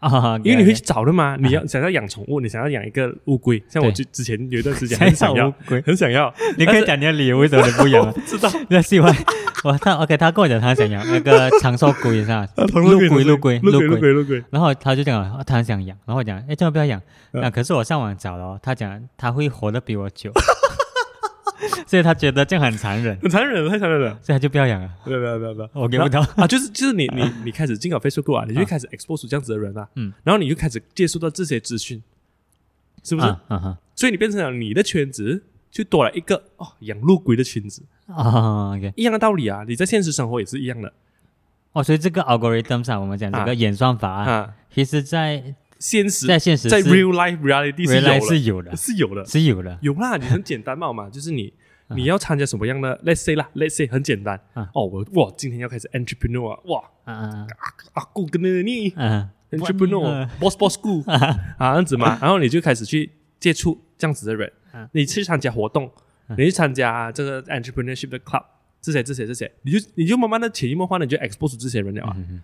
Speaker 2: 啊，
Speaker 1: 因为你会
Speaker 2: OK，OK
Speaker 1: 去找的嘛，你要想要养宠物，你想要养一个乌龟，像我
Speaker 2: 对
Speaker 1: 之之前有一段时间
Speaker 2: 想
Speaker 1: 很想
Speaker 2: 要
Speaker 1: 要
Speaker 2: 乌，龟
Speaker 1: 很想要，
Speaker 2: 你可以讲你的理由为什么你不养啊？
Speaker 1: 知道
Speaker 2: 那喜欢我他 OK，他跟我讲他想养那个长寿龟是吧？
Speaker 1: 啊
Speaker 2: 陆龟陆龟
Speaker 1: 陆
Speaker 2: 陆
Speaker 1: 龟陆
Speaker 2: 龟，
Speaker 1: 龟陆龟，
Speaker 2: 然后他就讲哦他很想养，然后我讲哎，叫我不要养？
Speaker 1: 嗯
Speaker 2: 那可是我上网找了哦，他讲他会活得比我久， 所以他觉得这样很残忍，
Speaker 1: 很残忍，太残忍了，
Speaker 2: 所以他就不要养了。
Speaker 1: 不要不要不要不要。
Speaker 2: 我给不到，
Speaker 1: 啊，就是就是你你你开始进了 Facebook 啊，你就会开始 expose 这样子的人啊，
Speaker 2: 嗯，
Speaker 1: 然后你就开始接触到这些资讯，是
Speaker 2: 是
Speaker 1: 不是？
Speaker 2: 啊啊哈
Speaker 1: 所以你变成了你的圈子就多了一个哦养路鬼的圈子，
Speaker 2: 啊，OK。
Speaker 1: 一样的道理啊，你在现实生活也是一样的
Speaker 2: 哦，所以这个 algorithm 上，我们讲这
Speaker 1: 啊
Speaker 2: 个演算法啊，
Speaker 1: 啊，
Speaker 2: 其实在
Speaker 1: 现实
Speaker 2: 在现实
Speaker 1: 在
Speaker 2: 是
Speaker 1: real life reality 是
Speaker 2: real
Speaker 1: 有
Speaker 2: life
Speaker 1: 了
Speaker 2: 是有 的，
Speaker 1: 是有的
Speaker 2: 是有的。
Speaker 1: 有啦，你很简单嘛嘛，就是你。
Speaker 2: 啊
Speaker 1: 你要参加什么样的？Let's say 啦，Let's say 很简单
Speaker 2: 啊
Speaker 1: 哦，我哇，今天要开始 entrepreneur 啊，哇，啊
Speaker 2: 嗯
Speaker 1: 阿姑跟着你，
Speaker 2: 嗯
Speaker 1: entrepreneur boss boss school 啊，这样子嘛，然后你就开始去接触这样子的人
Speaker 2: 嗯，
Speaker 1: 你去参加活动，
Speaker 2: 嗯
Speaker 1: 你去参加这个 entrepreneurship 的 club，这些这些这些，你就你就慢慢的潜移默化的你就 expose 这些人了啊，
Speaker 2: 嗯，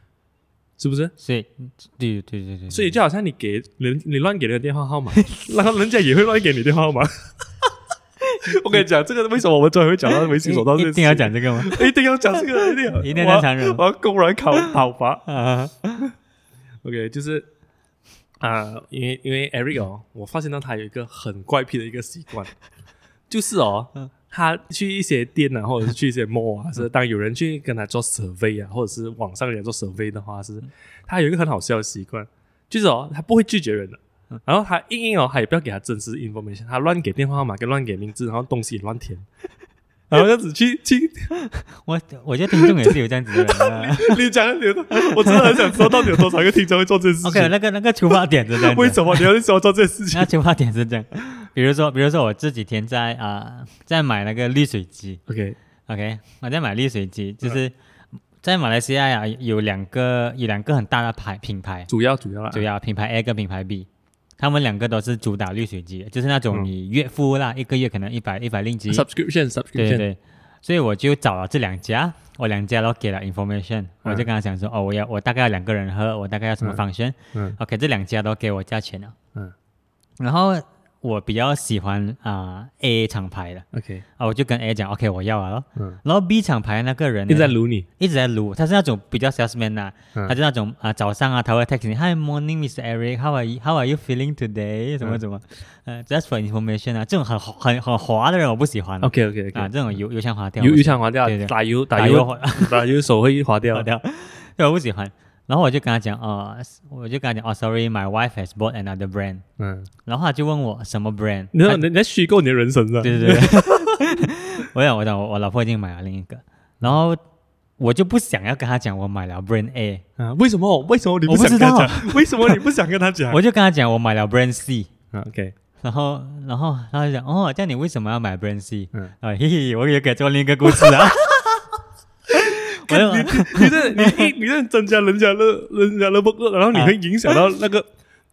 Speaker 1: 是不是？
Speaker 2: 所以对对对对，
Speaker 1: 所以就好像你给人你乱给人家电话号码， 然后人家也会乱给你电话号码。 我跟你讲，这个为什么我们终于会讲到微信手段这件
Speaker 2: 一一
Speaker 1: 事情
Speaker 2: 定要，讲这个吗？
Speaker 1: 一定要讲这个，一定要，
Speaker 2: 一定要讲人
Speaker 1: 我要公然考讨伐。
Speaker 2: 啊
Speaker 1: OK，就是啊、因为因为 Eric 哦，我发现到他有一个很怪癖的一个习惯， 就是哦
Speaker 2: 嗯，
Speaker 1: 他去一些店啊，或者是去一些 mall 啊，是当有人去跟他做 survey 啊，或者是网上人做 survey 的话，
Speaker 2: 嗯
Speaker 1: 是他有一个很好笑的习惯，就是哦，他不会拒绝人的。
Speaker 2: 嗯
Speaker 1: 然后他硬硬哦，他也不要给他真实 information，他乱给电话号码跟乱给名字，然后东西也乱 填，然后这样子去去，
Speaker 2: 我我觉得听众也是有这样子的人 啊。
Speaker 1: 你讲你，我真的很想知道到底有多少个听众会做这件事情
Speaker 2: OK，那个那个出发点是这样
Speaker 1: 为
Speaker 2: 子，
Speaker 1: 什么你要说做这件事情？
Speaker 2: 那出发点是这样。比如说，比如说我这几天在啊，在买那个滤水机
Speaker 1: OK，
Speaker 2: ，OK，我在买滤水机，就是在马来西亚呀，有两个有两个很大的牌品牌，
Speaker 1: 主要主要啦，
Speaker 2: 主要品牌 A 跟品牌 B，他们两个都是主打滤水机的，就是那
Speaker 1: 嗯
Speaker 2: 种你月付啦，一个月可能一百一百令吉，
Speaker 1: subscription
Speaker 2: 对对
Speaker 1: subscription，
Speaker 2: 对，所以我就找了这两家，我两家都给了 information，我就跟他讲说，哦，我要我大概要两个人喝，我大概要什么
Speaker 1: 嗯嗯
Speaker 2: function，OK，、
Speaker 1: 嗯
Speaker 2: OK，这两家都给我价钱了，
Speaker 1: 嗯，
Speaker 2: 然后我比较喜欢啊、A 厂牌的
Speaker 1: OK，
Speaker 2: 啊，我就跟 A 讲 OK 我要了咯，
Speaker 1: 嗯，
Speaker 2: 然后 B 厂牌那个人
Speaker 1: 一直在
Speaker 2: 呢
Speaker 1: 撸你，
Speaker 2: 一直在撸，他是那种比较 salesman 啊，
Speaker 1: 嗯
Speaker 2: 他就那种啊、早上啊他会 text 你 Hi morning Mr Eric how are you how are you feeling today 什么
Speaker 1: 嗯
Speaker 2: 什么，呃、just for information 啊，这种很很很滑的人我不喜欢
Speaker 1: OK OK
Speaker 2: 啊，
Speaker 1: OK，
Speaker 2: 这种油油腔滑
Speaker 1: 嗯
Speaker 2: 调
Speaker 1: 油
Speaker 2: 我
Speaker 1: 油
Speaker 2: 喜
Speaker 1: 腔滑调
Speaker 2: 对对，
Speaker 1: 打油
Speaker 2: 打
Speaker 1: 打
Speaker 2: 油
Speaker 1: 油
Speaker 2: 滑
Speaker 1: 打油手会滑掉
Speaker 2: 跑。掉，对，我不喜欢。然后我就跟他讲，哦，我就跟他讲，哦，sorry，my wife has bought another brand。
Speaker 1: 嗯，
Speaker 2: 然后他就问我什么 brand，
Speaker 1: 你知道
Speaker 2: 他
Speaker 1: 你你在虚构你的人生是吧？
Speaker 2: 啊对对对对， 我讲我讲我我老婆已经买了另一个，然后我就不想要跟他讲我买了 brand A，
Speaker 1: 啊，为什么？为什么你
Speaker 2: 我
Speaker 1: 不
Speaker 2: 不
Speaker 1: 想
Speaker 2: 知
Speaker 1: 跟他
Speaker 2: 道
Speaker 1: 讲？为什么你不想跟他讲？
Speaker 2: 我就跟他讲我买了 brand C。
Speaker 1: 啊 OK，
Speaker 2: 然后，然后他就讲，哦，这样你为什么要买 brand C？
Speaker 1: 嗯
Speaker 2: 啊，嘿嘿，我也给做另一个故事啊。 我就
Speaker 1: 你你这你一你这增加人家的人家的不够，然后你会影响到那个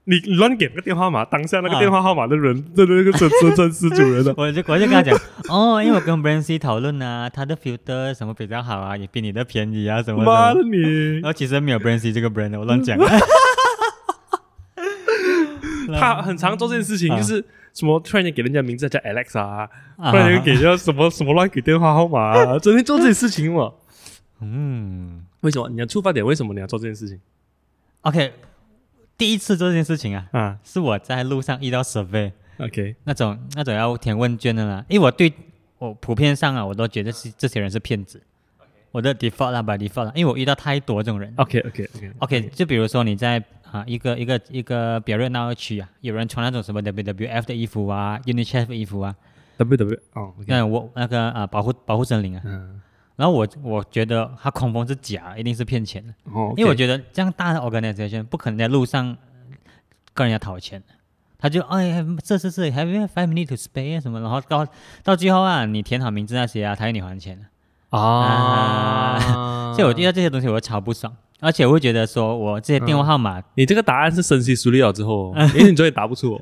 Speaker 1: 你乱给个电话号码，当下那个
Speaker 2: 啊
Speaker 1: 电话号码的人，这那个真真真失主人的。
Speaker 2: 我就我就 跟他讲，哦，因为我跟 Brand C 讨论啊，他的 filter 什么比较好啊，也比你的便宜啊，什么
Speaker 1: 妈
Speaker 2: 什
Speaker 1: 的
Speaker 2: 么。
Speaker 1: 你
Speaker 2: 然！后其实没有 Brand C 这个 brand 的，我乱讲。
Speaker 1: 他很常做这件事情，
Speaker 2: 啊
Speaker 1: 就是什么突然间给人家名字叫 Alex 啊，
Speaker 2: 啊
Speaker 1: 不然就给人家什么什么乱给电话号码啊，整天做这些事情嘛。
Speaker 2: 嗯
Speaker 1: 为什么你要出发点？为什么你要做这件事情
Speaker 2: ，OK，第一次做这件事情啊，
Speaker 1: 啊
Speaker 2: 是我在路上遇到 survey
Speaker 1: ？OK，
Speaker 2: 那种那种要填问卷的啦，因为我对我普遍上啊，我都觉得是这些人是骗子。我的 default 啦，by default 啦，因为我遇到太多这种人。
Speaker 1: OK OK OK
Speaker 2: OK，就比如说你在啊一个一个一个比较热闹的区啊，有人穿那种什么 WWF 的衣服啊，UNICEF 的衣服啊，
Speaker 1: W W 哦，OK，
Speaker 2: 那我那个啊保护保护森林啊，
Speaker 1: 嗯，
Speaker 2: 然后我我觉得他恐风是假，一定是骗钱的，
Speaker 1: 哦，
Speaker 2: 因为我觉得这样大的 organization 不可能在路上跟人家讨钱的。他就哎，这是是，Have you five minutes to spare 什么？然后到到最后啊，你填好名字那些啊，他要你还钱的。
Speaker 1: 得啊，
Speaker 2: 所以我遇到这些东西，我会超不爽，而且我会觉得说，我这些电话号码
Speaker 1: 你这个答案是深思熟虑了之 后，
Speaker 2: 嗯
Speaker 1: 因为你昨天答不出我。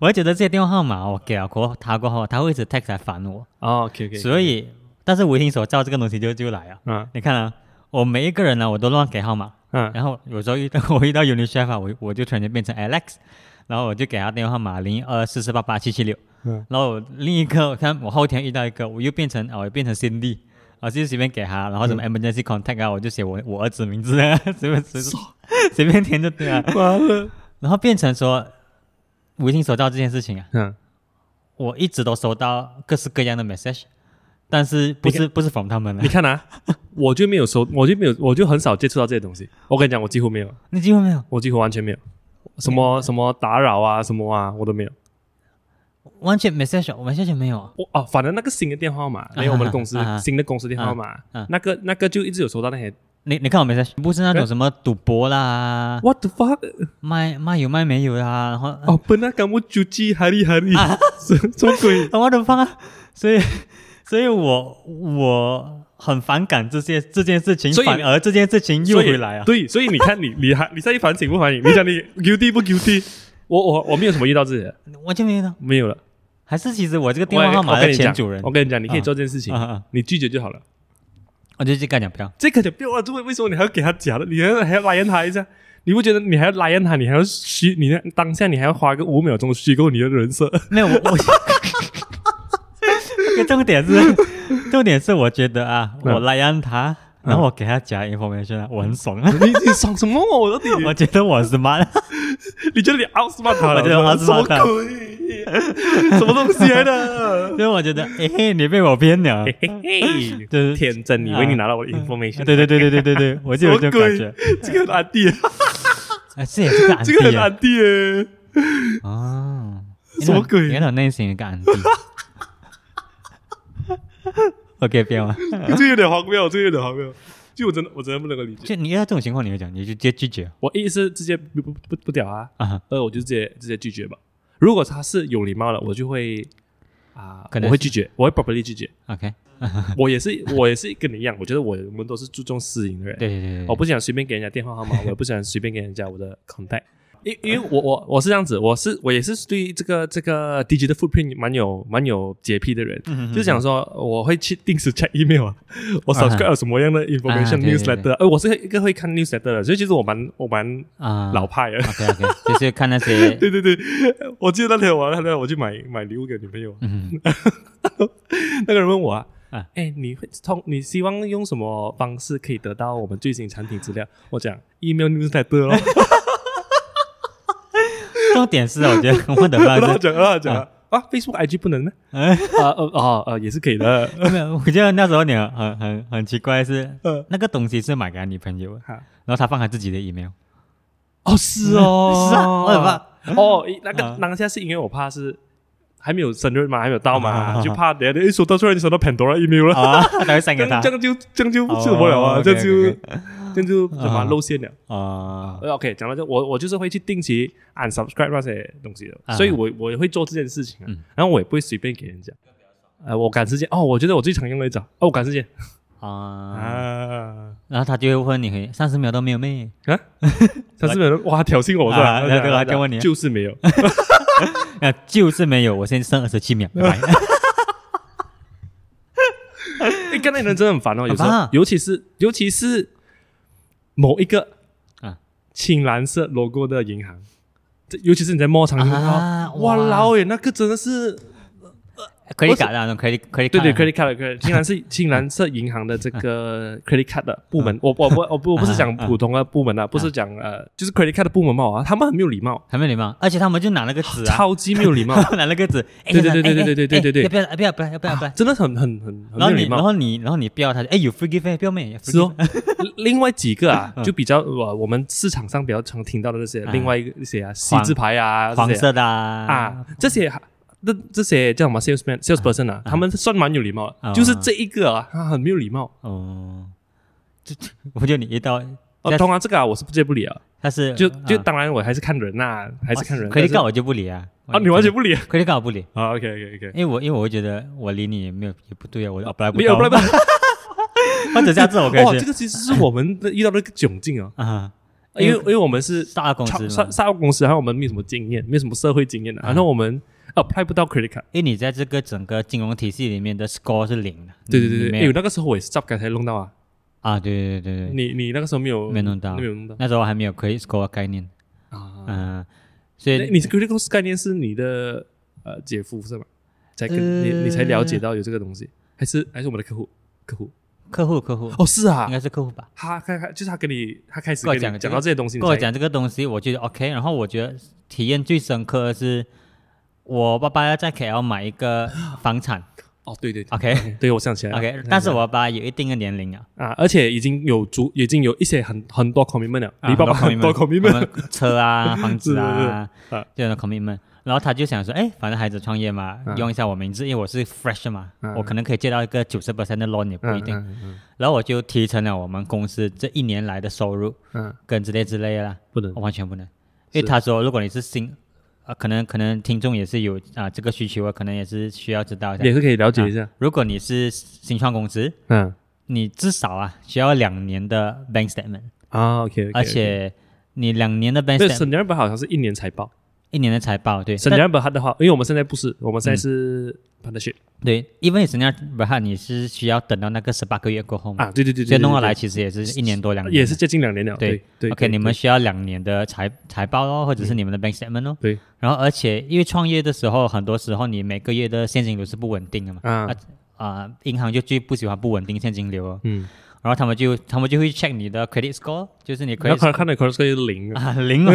Speaker 2: 我会觉得这些电话号码我给了过他过后，他会一直 text 来烦我，
Speaker 1: 哦，OK OK，
Speaker 2: 所以，但是无形手造这个东西就就来了。
Speaker 1: 嗯
Speaker 2: 你看啊，我每一个人呢、我都乱给号码，
Speaker 1: 嗯
Speaker 2: 然后有时候遇到 我遇到 UNICEF 啊，我我就突然间变成 Alex，然后我就给他电话号码零二四四八八七七六，
Speaker 1: 嗯
Speaker 2: 然后我另一个我看我后天遇到一个，我又变成哦，我变成 Cindy。我就随便给他，然后
Speaker 1: 嗯
Speaker 2: 什么 emergency contact 啊，我就写我我儿子名字啊， 随便随便随便填就对了，
Speaker 1: 完了，
Speaker 2: 然后变成说无形手造这件事情啊，
Speaker 1: 嗯，
Speaker 2: 我一直都收到各式各样的 message，但是不是不是 from 他们了
Speaker 1: 你，看啊， 我就没有收，我就没有，我就很少接触到这些东西。我跟你讲，我几乎没有，
Speaker 2: 你机会没有，
Speaker 1: 我几乎完全没有。什么什么打扰啊，什么啊，我都没有。
Speaker 2: 完全 message 我 message 没有，
Speaker 1: 我哦，反正那个新的电话号码，没有我们的公司
Speaker 2: 啊哈啊哈
Speaker 1: 新的公司电话号码
Speaker 2: 啊啊，
Speaker 1: 那个那个就一直有收到那些
Speaker 2: 你你看我 message 不是那种什么赌博啦，
Speaker 1: What the fuck？
Speaker 2: 卖卖有卖没有啦，然后
Speaker 1: 哦，本来干我就记哈利哈利，
Speaker 2: 啊
Speaker 1: 什什么鬼？
Speaker 2: 我的妈，所以所以我我很反感这些这件事情，
Speaker 1: 所以
Speaker 2: 反而这件事情又
Speaker 1: 所以
Speaker 2: 回来啊，
Speaker 1: 对，所以你看你， 你还你在反省不反省？你 讲你 guilty 不 guilty？我我我没有什么遇到自己的，
Speaker 2: 完全没有的，
Speaker 1: 没有了。
Speaker 2: 还是其实我这个电话号
Speaker 1: 我
Speaker 2: 码
Speaker 1: 跟
Speaker 2: 的
Speaker 1: 你
Speaker 2: 前
Speaker 1: 讲
Speaker 2: 主人，
Speaker 1: 我跟你讲，你可以
Speaker 2: 啊
Speaker 1: 做这件事情
Speaker 2: 啊啊，
Speaker 1: 你拒绝就好了。
Speaker 2: 我就去跟他讲不要，
Speaker 1: 这个就不要了，为为什么你还要给他假的？你还要还要拉人他一下？你不觉得你还要拉人他？你还要虚？你当下你还要花个五秒钟虚构你的人设？
Speaker 2: 没有 我我。个重点是，重点是我觉得啊，
Speaker 1: 嗯
Speaker 2: 我来安他，然后我给他讲 information 啊，我很爽啊，
Speaker 1: 你你爽什么？我到底
Speaker 2: 我觉得我啊是妈的，
Speaker 1: 你觉得你 outsmart 他了？
Speaker 2: 我觉得我
Speaker 1: 什么
Speaker 2: outsmart 他
Speaker 1: 鬼？ 什么东西来的？
Speaker 2: 所以我觉得，哎、嘿，你被我骗 了，
Speaker 1: 嘿嘿嘿，啊
Speaker 2: 对
Speaker 1: 天真，以为你拿到我的
Speaker 2: 对
Speaker 1: information？
Speaker 2: 对对对对对对，我就有这种感
Speaker 1: 什么
Speaker 2: 觉，
Speaker 1: 这个很安迪，
Speaker 2: 哎，这也是个 安
Speaker 1: 这个
Speaker 2: 迪
Speaker 1: 很
Speaker 2: 啊，
Speaker 1: 安迪耶。
Speaker 2: 哦，
Speaker 1: 什么鬼
Speaker 2: 原来内心有一个安迪，OK，不要啊，
Speaker 1: 这个有点荒谬，这个有点荒谬。就我真的，我真的不能够理解。
Speaker 2: 就你遇到这种情况，你会讲，你就直接拒绝
Speaker 1: 我一是直接不不不不屌啊，
Speaker 2: 啊，
Speaker 1: 呃，我就直接直接拒绝吧。如果他是有礼貌的，我就会啊，
Speaker 2: 可能
Speaker 1: 我会
Speaker 2: 是
Speaker 1: 拒绝，我会 properly 拒绝。
Speaker 2: ，OK，
Speaker 1: 我也是，我也是跟你一样，我觉得我我们都是注重私隐的人，
Speaker 2: 对对对对，
Speaker 1: 哦 我不想随便给人家电话号码，我也不想随便给人家我的 contact。因因为我我我是这样子，我是我也是对这个这个 digital footprint 蛮有蛮有洁癖的人，
Speaker 2: 嗯
Speaker 1: 就想说我会去定时 check email 啊，我 subscribe 有什么样的 information
Speaker 2: 啊对对对
Speaker 1: newsletter，哎，我是一个会看 newsletter 的，所以其实我蛮我蛮
Speaker 2: 啊，
Speaker 1: 老派的。
Speaker 2: OK OK，就是看那些
Speaker 1: 对对对，我记得那天我那天我去买买礼物给女朋友，
Speaker 2: 嗯
Speaker 1: 那个人问我啊，哎、
Speaker 2: 啊
Speaker 1: 你会通你希望用什么方式可以得到我们最新产品资料？我讲 email newsletter 咯，
Speaker 2: 重点是哦我觉得我的
Speaker 1: 然后他
Speaker 2: 方式，
Speaker 1: 讲，然后他讲啊 Facebook IG 不能呢？
Speaker 2: 嗯
Speaker 1: 啊呃哦呃也是可以 的，
Speaker 2: 没有，我觉得那时候你很很很很奇怪是
Speaker 1: 呃
Speaker 2: 那个东西是买给他女朋友的，
Speaker 1: 哈
Speaker 2: 然后他放他自己的 email，
Speaker 1: 哦是哦
Speaker 2: 是啊我 很怕
Speaker 1: 哦那个
Speaker 2: 啊
Speaker 1: 当下是因为我怕是。还没有生日嘛，还没有到
Speaker 2: 啊啊
Speaker 1: 嘛，
Speaker 2: 啊
Speaker 1: 就怕等下一收到突然就收到 Pandora email 了，
Speaker 2: 啊，他才会删
Speaker 1: 这
Speaker 2: 给他
Speaker 1: 样这样就这样就
Speaker 2: 哦
Speaker 1: 受不了啊，这样就
Speaker 2: OK，OK，OK
Speaker 1: 这样就什么
Speaker 2: 啊
Speaker 1: 露馅了。
Speaker 2: 啊
Speaker 1: 呃 OK，讲到这，我我就是会去定期 unsubscribe 那些东西的，
Speaker 2: 啊
Speaker 1: 所以我我也会做这件事情、啊
Speaker 2: 嗯
Speaker 1: 然后我也不会随便给人家。呃，我赶时间哦，我觉得我最常用的一招哦，我赶时间
Speaker 2: 啊，
Speaker 1: 啊
Speaker 2: 然后他就会问你三十秒都没有咩？
Speaker 1: 啊，他是不是哇挑衅我是吧？
Speaker 2: 啊对对对就问你
Speaker 1: 就是没有，
Speaker 2: 啊，就是没有，我现在剩二十七秒，拜拜
Speaker 1: 哎，刚才人真的很烦哦，有时
Speaker 2: 很
Speaker 1: 候
Speaker 2: 烦啊
Speaker 1: 尤其是尤其是某一个
Speaker 2: 啊
Speaker 1: 青蓝色 logo 的银行，这尤其是你在摸长银
Speaker 2: 啊
Speaker 1: 行，哇
Speaker 2: 哇
Speaker 1: 老诶，那个真的是
Speaker 2: credit card 啊那种 credit credit
Speaker 1: 对对
Speaker 2: card 啊
Speaker 1: ，credit card 的 credit，竟然 是竟然是银行的这个 credit card 的部门，我我我我不我不是讲普通的部门啊，不是讲呃，就是 credit card 的部门嘛啊，他们很没有礼貌，
Speaker 2: 很没礼貌，而且他们就拿那个纸 啊，
Speaker 1: 超级没有礼貌，
Speaker 2: 拿那个纸，哎
Speaker 1: 对对
Speaker 2: 先
Speaker 1: 对对对
Speaker 2: 生哎
Speaker 1: 对对
Speaker 2: 哎
Speaker 1: 对对
Speaker 2: 哎不要哎不要不要不要不要，
Speaker 1: 啊真的很很很 很没有
Speaker 2: 然后你
Speaker 1: 礼
Speaker 2: 然
Speaker 1: 貌。
Speaker 2: 后你然后你不要他，哎有 free gift 不要咩？有 free
Speaker 1: 是哦
Speaker 2: gift，
Speaker 1: 另外几个啊，
Speaker 2: 嗯
Speaker 1: 就比较我我们市场上比较常听到的那些，
Speaker 2: 啊
Speaker 1: 另外一个一些啊，西
Speaker 2: 黄
Speaker 1: 字牌啊，这些啊
Speaker 2: 黄色的啊
Speaker 1: 啊，这些这这些叫什么 salesman salesperson 啊，他们算蛮有礼貌的，
Speaker 2: 啊
Speaker 1: 就是这一个啊，他很没有礼貌。
Speaker 2: 哦，就就我觉得你一到
Speaker 1: 哦，
Speaker 2: That's-
Speaker 1: 通常这个啊，我是不接不理啊，
Speaker 2: 他是
Speaker 1: 就就
Speaker 2: 啊
Speaker 1: 当然我还是看人呐、还是看人。
Speaker 2: 可以
Speaker 1: 但是
Speaker 2: 告我就不理啊，
Speaker 1: 啊，你完全不理啊
Speaker 2: 可以告我不理，
Speaker 1: ？OK OK OK，
Speaker 2: 因为我因为我会觉得我理你也没有也不对啊，我 apply 不
Speaker 1: 没有
Speaker 2: 到
Speaker 1: 不， 哦不不，
Speaker 2: 或者下次我可
Speaker 1: 哇，
Speaker 2: 以
Speaker 1: 这
Speaker 2: 去
Speaker 1: 个其实是我们的遇到的一个窘境啊，
Speaker 2: 啊，
Speaker 1: 因为因为我们是
Speaker 2: 大公
Speaker 1: 超
Speaker 2: 司啊
Speaker 1: 上
Speaker 2: 嘛，
Speaker 1: 上公司，然后我们没有什么经验，没有什么社会经验的，啊然后我们 apply 不到 credit card。
Speaker 2: 因为你在这个整个金融体系里面的 score 是零的，
Speaker 1: 对对
Speaker 2: 你
Speaker 1: 对
Speaker 2: 没
Speaker 1: 对，
Speaker 2: 有
Speaker 1: 哎，那个时候我也是 job 刚才弄到啊，
Speaker 2: 啊，对对对对对，
Speaker 1: 你你那个时候没有
Speaker 2: 没弄到
Speaker 1: 没有弄到
Speaker 2: 那时候还没有 credit score 的概念，
Speaker 1: 啊？
Speaker 2: 嗯，所
Speaker 1: 哎
Speaker 2: 以
Speaker 1: 你是 credit card 概念是你的呃姐夫是吗？才跟你
Speaker 2: 呃
Speaker 1: 你才了解到有这个东西，还是还是我们的客户客户？
Speaker 2: 客户客户
Speaker 1: 哦，是啊
Speaker 2: 应，该是客户吧，
Speaker 1: 他开开就是他跟你他开始
Speaker 2: 跟我
Speaker 1: 跟你
Speaker 2: 讲
Speaker 1: 讲到这些东西，
Speaker 2: 跟我
Speaker 1: 你才
Speaker 2: 讲这个东西，我觉得 OK。然后我觉得体验最深刻的是，我爸爸要在 KL 买一个房产
Speaker 1: 哦，对对对，
Speaker 2: ，OK
Speaker 1: 对我想起来了
Speaker 2: OK，
Speaker 1: 想
Speaker 2: 但
Speaker 1: 起
Speaker 2: 是
Speaker 1: 来了
Speaker 2: 我爸爸有一定的年龄了，
Speaker 1: 啊，而且已经有足已经有一些很很多 commitment 了，
Speaker 2: 啊
Speaker 1: 你爸爸
Speaker 2: 很
Speaker 1: 很
Speaker 2: 多
Speaker 1: 多 commitment
Speaker 2: 我们车 啊、房子啊
Speaker 1: 是是是啊，
Speaker 2: 这样的 commitment。然后他就想说，哎，反正孩子创业嘛，
Speaker 1: 啊
Speaker 2: 用一下我名字，因为我是 fresh 嘛
Speaker 1: 啊，
Speaker 2: 我可能可以借到一个九十 percent 的 loan 也不一定。
Speaker 1: 嗯嗯
Speaker 2: 然后我就提成了我们公司这一年来的收入
Speaker 1: 嗯，嗯
Speaker 2: 跟之类之类的啦。
Speaker 1: 不能
Speaker 2: 完全不能，因为
Speaker 1: 是
Speaker 2: 他说如果你是新，啊、可能可能听众也是有啊、这个需求啊，可能也是需要知道一
Speaker 1: 也
Speaker 2: 下。
Speaker 1: 是可以了解一下，
Speaker 2: 如果你是新创公司，
Speaker 1: 嗯
Speaker 2: 你至少啊需要两年的 bank statement，
Speaker 1: 啊，OK，
Speaker 2: 而且你两年的 bank
Speaker 1: 对
Speaker 2: statement，
Speaker 1: 沈阳本好像是一年财报，
Speaker 2: 一年的财报，对，
Speaker 1: 沈
Speaker 2: 但
Speaker 1: 阳本他的话，因为我们现在不是，我们现在是 partnership
Speaker 2: 对，因为沈阳不哈，你是需要等到那个十八个月过后嘛，
Speaker 1: 啊，对对对，对
Speaker 2: 所以弄过
Speaker 1: 对对
Speaker 2: 来其实也是一年多两年的，
Speaker 1: 也是接近两年了，
Speaker 2: 对
Speaker 1: 对对
Speaker 2: OK，
Speaker 1: 对嗯
Speaker 2: 你们
Speaker 1: 对
Speaker 2: 需要两年的财财报哦，或者是你们的 bank statement 哦。
Speaker 1: 对。
Speaker 2: 然后，而且因为创业的时候，很多时候你每个月的现金流是不稳定的嘛，
Speaker 1: 啊
Speaker 2: 啊啊，银行就最不喜欢不稳定现金流哦。
Speaker 1: 嗯，
Speaker 2: 然后他们就他们就会 check 你的 credit score，就是你
Speaker 1: 然
Speaker 2: credit
Speaker 1: 后看看到 c o r s 是零啊，
Speaker 2: 啊零哦，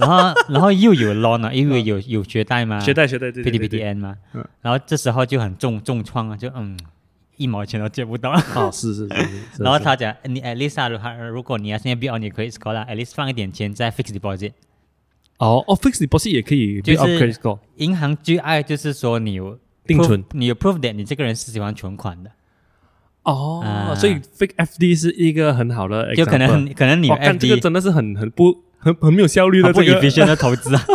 Speaker 2: 然后然后又有 loan 啊，因为有有学贷嘛，
Speaker 1: 学贷学贷对
Speaker 2: P
Speaker 1: 对
Speaker 2: D
Speaker 1: 对
Speaker 2: P
Speaker 1: 对
Speaker 2: D N 嘛
Speaker 1: 嗯，
Speaker 2: 然后这时候就很重重创啊，就嗯一毛钱都借不到。
Speaker 1: 哦， 是是是是，是
Speaker 2: 然后
Speaker 1: 是
Speaker 2: 他讲，你 at least 啊如果如果你要现在 build on 你 credit score 啦，at least 放一点钱在 fixed deposit。
Speaker 1: 哦哦，fixed deposit 也可以
Speaker 2: 就是
Speaker 1: build up credit score
Speaker 2: 银行最爱就是说你有
Speaker 1: 定
Speaker 2: proof-
Speaker 1: 存
Speaker 2: 你有 proof that 你这个人是喜欢存款的，
Speaker 1: 哦
Speaker 2: 啊，
Speaker 1: 所以 fake FD 是一个很好的 example，哦
Speaker 2: 就可能可能你有
Speaker 1: 哇干这个
Speaker 2: FD
Speaker 1: 真的是很很不很很没有效率的
Speaker 2: 很不
Speaker 1: 这个
Speaker 2: efficient 的投资啊。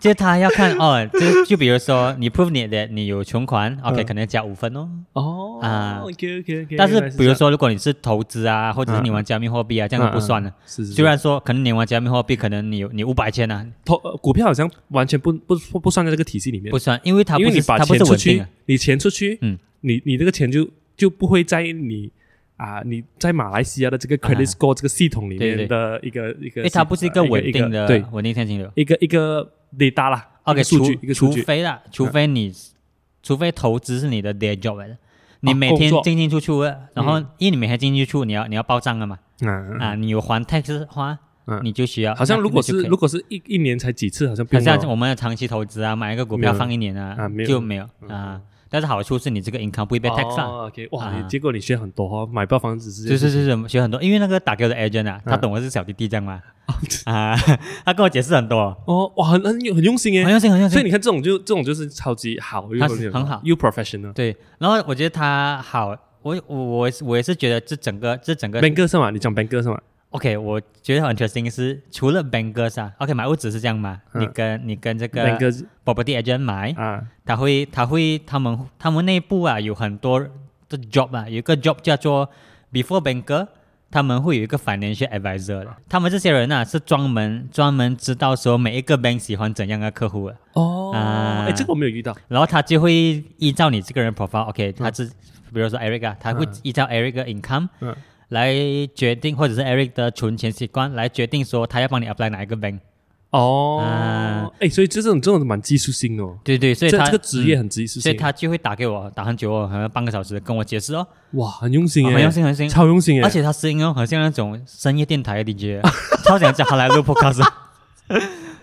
Speaker 2: 就是他要看哦，就就比如说你 prove 你的你有存款，OK，
Speaker 1: 嗯
Speaker 2: 可能加五分哦。
Speaker 1: 哦
Speaker 2: 啊
Speaker 1: ，OK OK OK。
Speaker 2: 但是比如，说如果你是投资啊，或者是你玩加密货币
Speaker 1: 嗯
Speaker 2: 啊，这样就不算了。
Speaker 1: 是是，
Speaker 2: 虽然说可能你玩加密货币，可能你有你五百千啊，
Speaker 1: 投呃股票好像完全不不不不算在这个体系里面
Speaker 2: 不，算，因为它
Speaker 1: 因
Speaker 2: 不
Speaker 1: 为你
Speaker 2: 是
Speaker 1: 把
Speaker 2: 它不
Speaker 1: 钱
Speaker 2: 是
Speaker 1: 出
Speaker 2: 稳定
Speaker 1: 去
Speaker 2: 的。，
Speaker 1: 你钱出去，
Speaker 2: 嗯，
Speaker 1: 你你这个钱就就不会在你啊你在马来西亚的这个 credit
Speaker 2: 啊
Speaker 1: score 这个系统里
Speaker 2: 对对
Speaker 1: 面的一个一个系统啊，
Speaker 2: 因为它不是一个稳定的
Speaker 1: 对
Speaker 2: 稳定现金流。
Speaker 1: 一个一个 data 啦一
Speaker 2: OK，
Speaker 1: 个数
Speaker 2: 除
Speaker 1: 据一个数
Speaker 2: 除
Speaker 1: 据，嗯
Speaker 2: 非啦，除非你，除非投资是你的 day job 来的，你
Speaker 1: 啊
Speaker 2: 每
Speaker 1: 工
Speaker 2: 天
Speaker 1: 作
Speaker 2: 进进出出的，然后因为你每天进进出出，你要你要报账的嘛，
Speaker 1: 嗯，
Speaker 2: 啊，你有还 tax 的话
Speaker 1: 嗯，
Speaker 2: 你就需要。
Speaker 1: 好像
Speaker 2: 那
Speaker 1: 如果
Speaker 2: 那就是可以
Speaker 1: 如果是一一年才几次，好像不
Speaker 2: 好
Speaker 1: 用
Speaker 2: 像
Speaker 1: 了
Speaker 2: 我们的长期投资啊，买一个股
Speaker 1: 没
Speaker 2: 票
Speaker 1: 有
Speaker 2: 放一年啊
Speaker 1: 啊没，有嗯
Speaker 2: 就没有啊。但是好处是你这个 income 不会被 tax 啊。
Speaker 1: 哦，OK，哇，
Speaker 2: 啊
Speaker 1: 你结果你学很多哦，买不到房子直接
Speaker 2: 是是是是，学很多，因为那个打给我的 agent 啊，他
Speaker 1: 啊
Speaker 2: 懂我是小弟弟这样嘛， 啊，他跟我解释很多，
Speaker 1: 哦，哇，很很很用心
Speaker 2: 很
Speaker 1: 耶。
Speaker 2: 用心，很用
Speaker 1: 所以
Speaker 2: 心。
Speaker 1: 你看这种就这种就是超级好，又
Speaker 2: 他是
Speaker 1: 有
Speaker 2: 很好
Speaker 1: 又 professional。
Speaker 2: 对，然后我觉得他好，我我我也是我也是觉得这整个这整个
Speaker 1: banker 是嘛？你讲 banker 是嘛？
Speaker 2: OK，我觉得很 interesting 是除了 bankers 啊，OK 买屋子是这样嘛，
Speaker 1: 嗯
Speaker 2: 你跟你跟这个
Speaker 1: banker
Speaker 2: property agent 买，
Speaker 1: 啊，
Speaker 2: 他会他会他们他们内部啊有很多的 job 啊，有一个 job 叫做 before banker，他们会有一个 financial advisor 的，他们这些人啊是专门专门知道说每一个 bank 喜欢怎样的客户的，
Speaker 1: 哦，
Speaker 2: 啊
Speaker 1: 哎，这个我没有遇到。
Speaker 2: 然后他就会依照你这个人 profile，OK，、他是、比如说 Eric 啊，他会
Speaker 1: 嗯
Speaker 2: 依照 Eric 的 income、
Speaker 1: 嗯
Speaker 2: 来决定，或者是 Eric 的存钱习惯来决定说他要帮你 apply 哪一个 bank。
Speaker 1: 哦
Speaker 2: 啊，
Speaker 1: 哎，所以这种这种蛮技术性的哦，
Speaker 2: 对对，所
Speaker 1: 这
Speaker 2: 以他
Speaker 1: 这个职业、
Speaker 2: 嗯
Speaker 1: 很技术
Speaker 2: 所以
Speaker 1: 性，
Speaker 2: 他就会打给我，打很久哦，可能半个小时跟我解释哦，
Speaker 1: 哇，很用心
Speaker 2: 啊
Speaker 1: 耶，
Speaker 2: 很用心，很用心。
Speaker 1: 超用心耶，
Speaker 2: 而且他声音哦，很像那种深夜电台的 DJ，超啊 想叫他来录 podcast。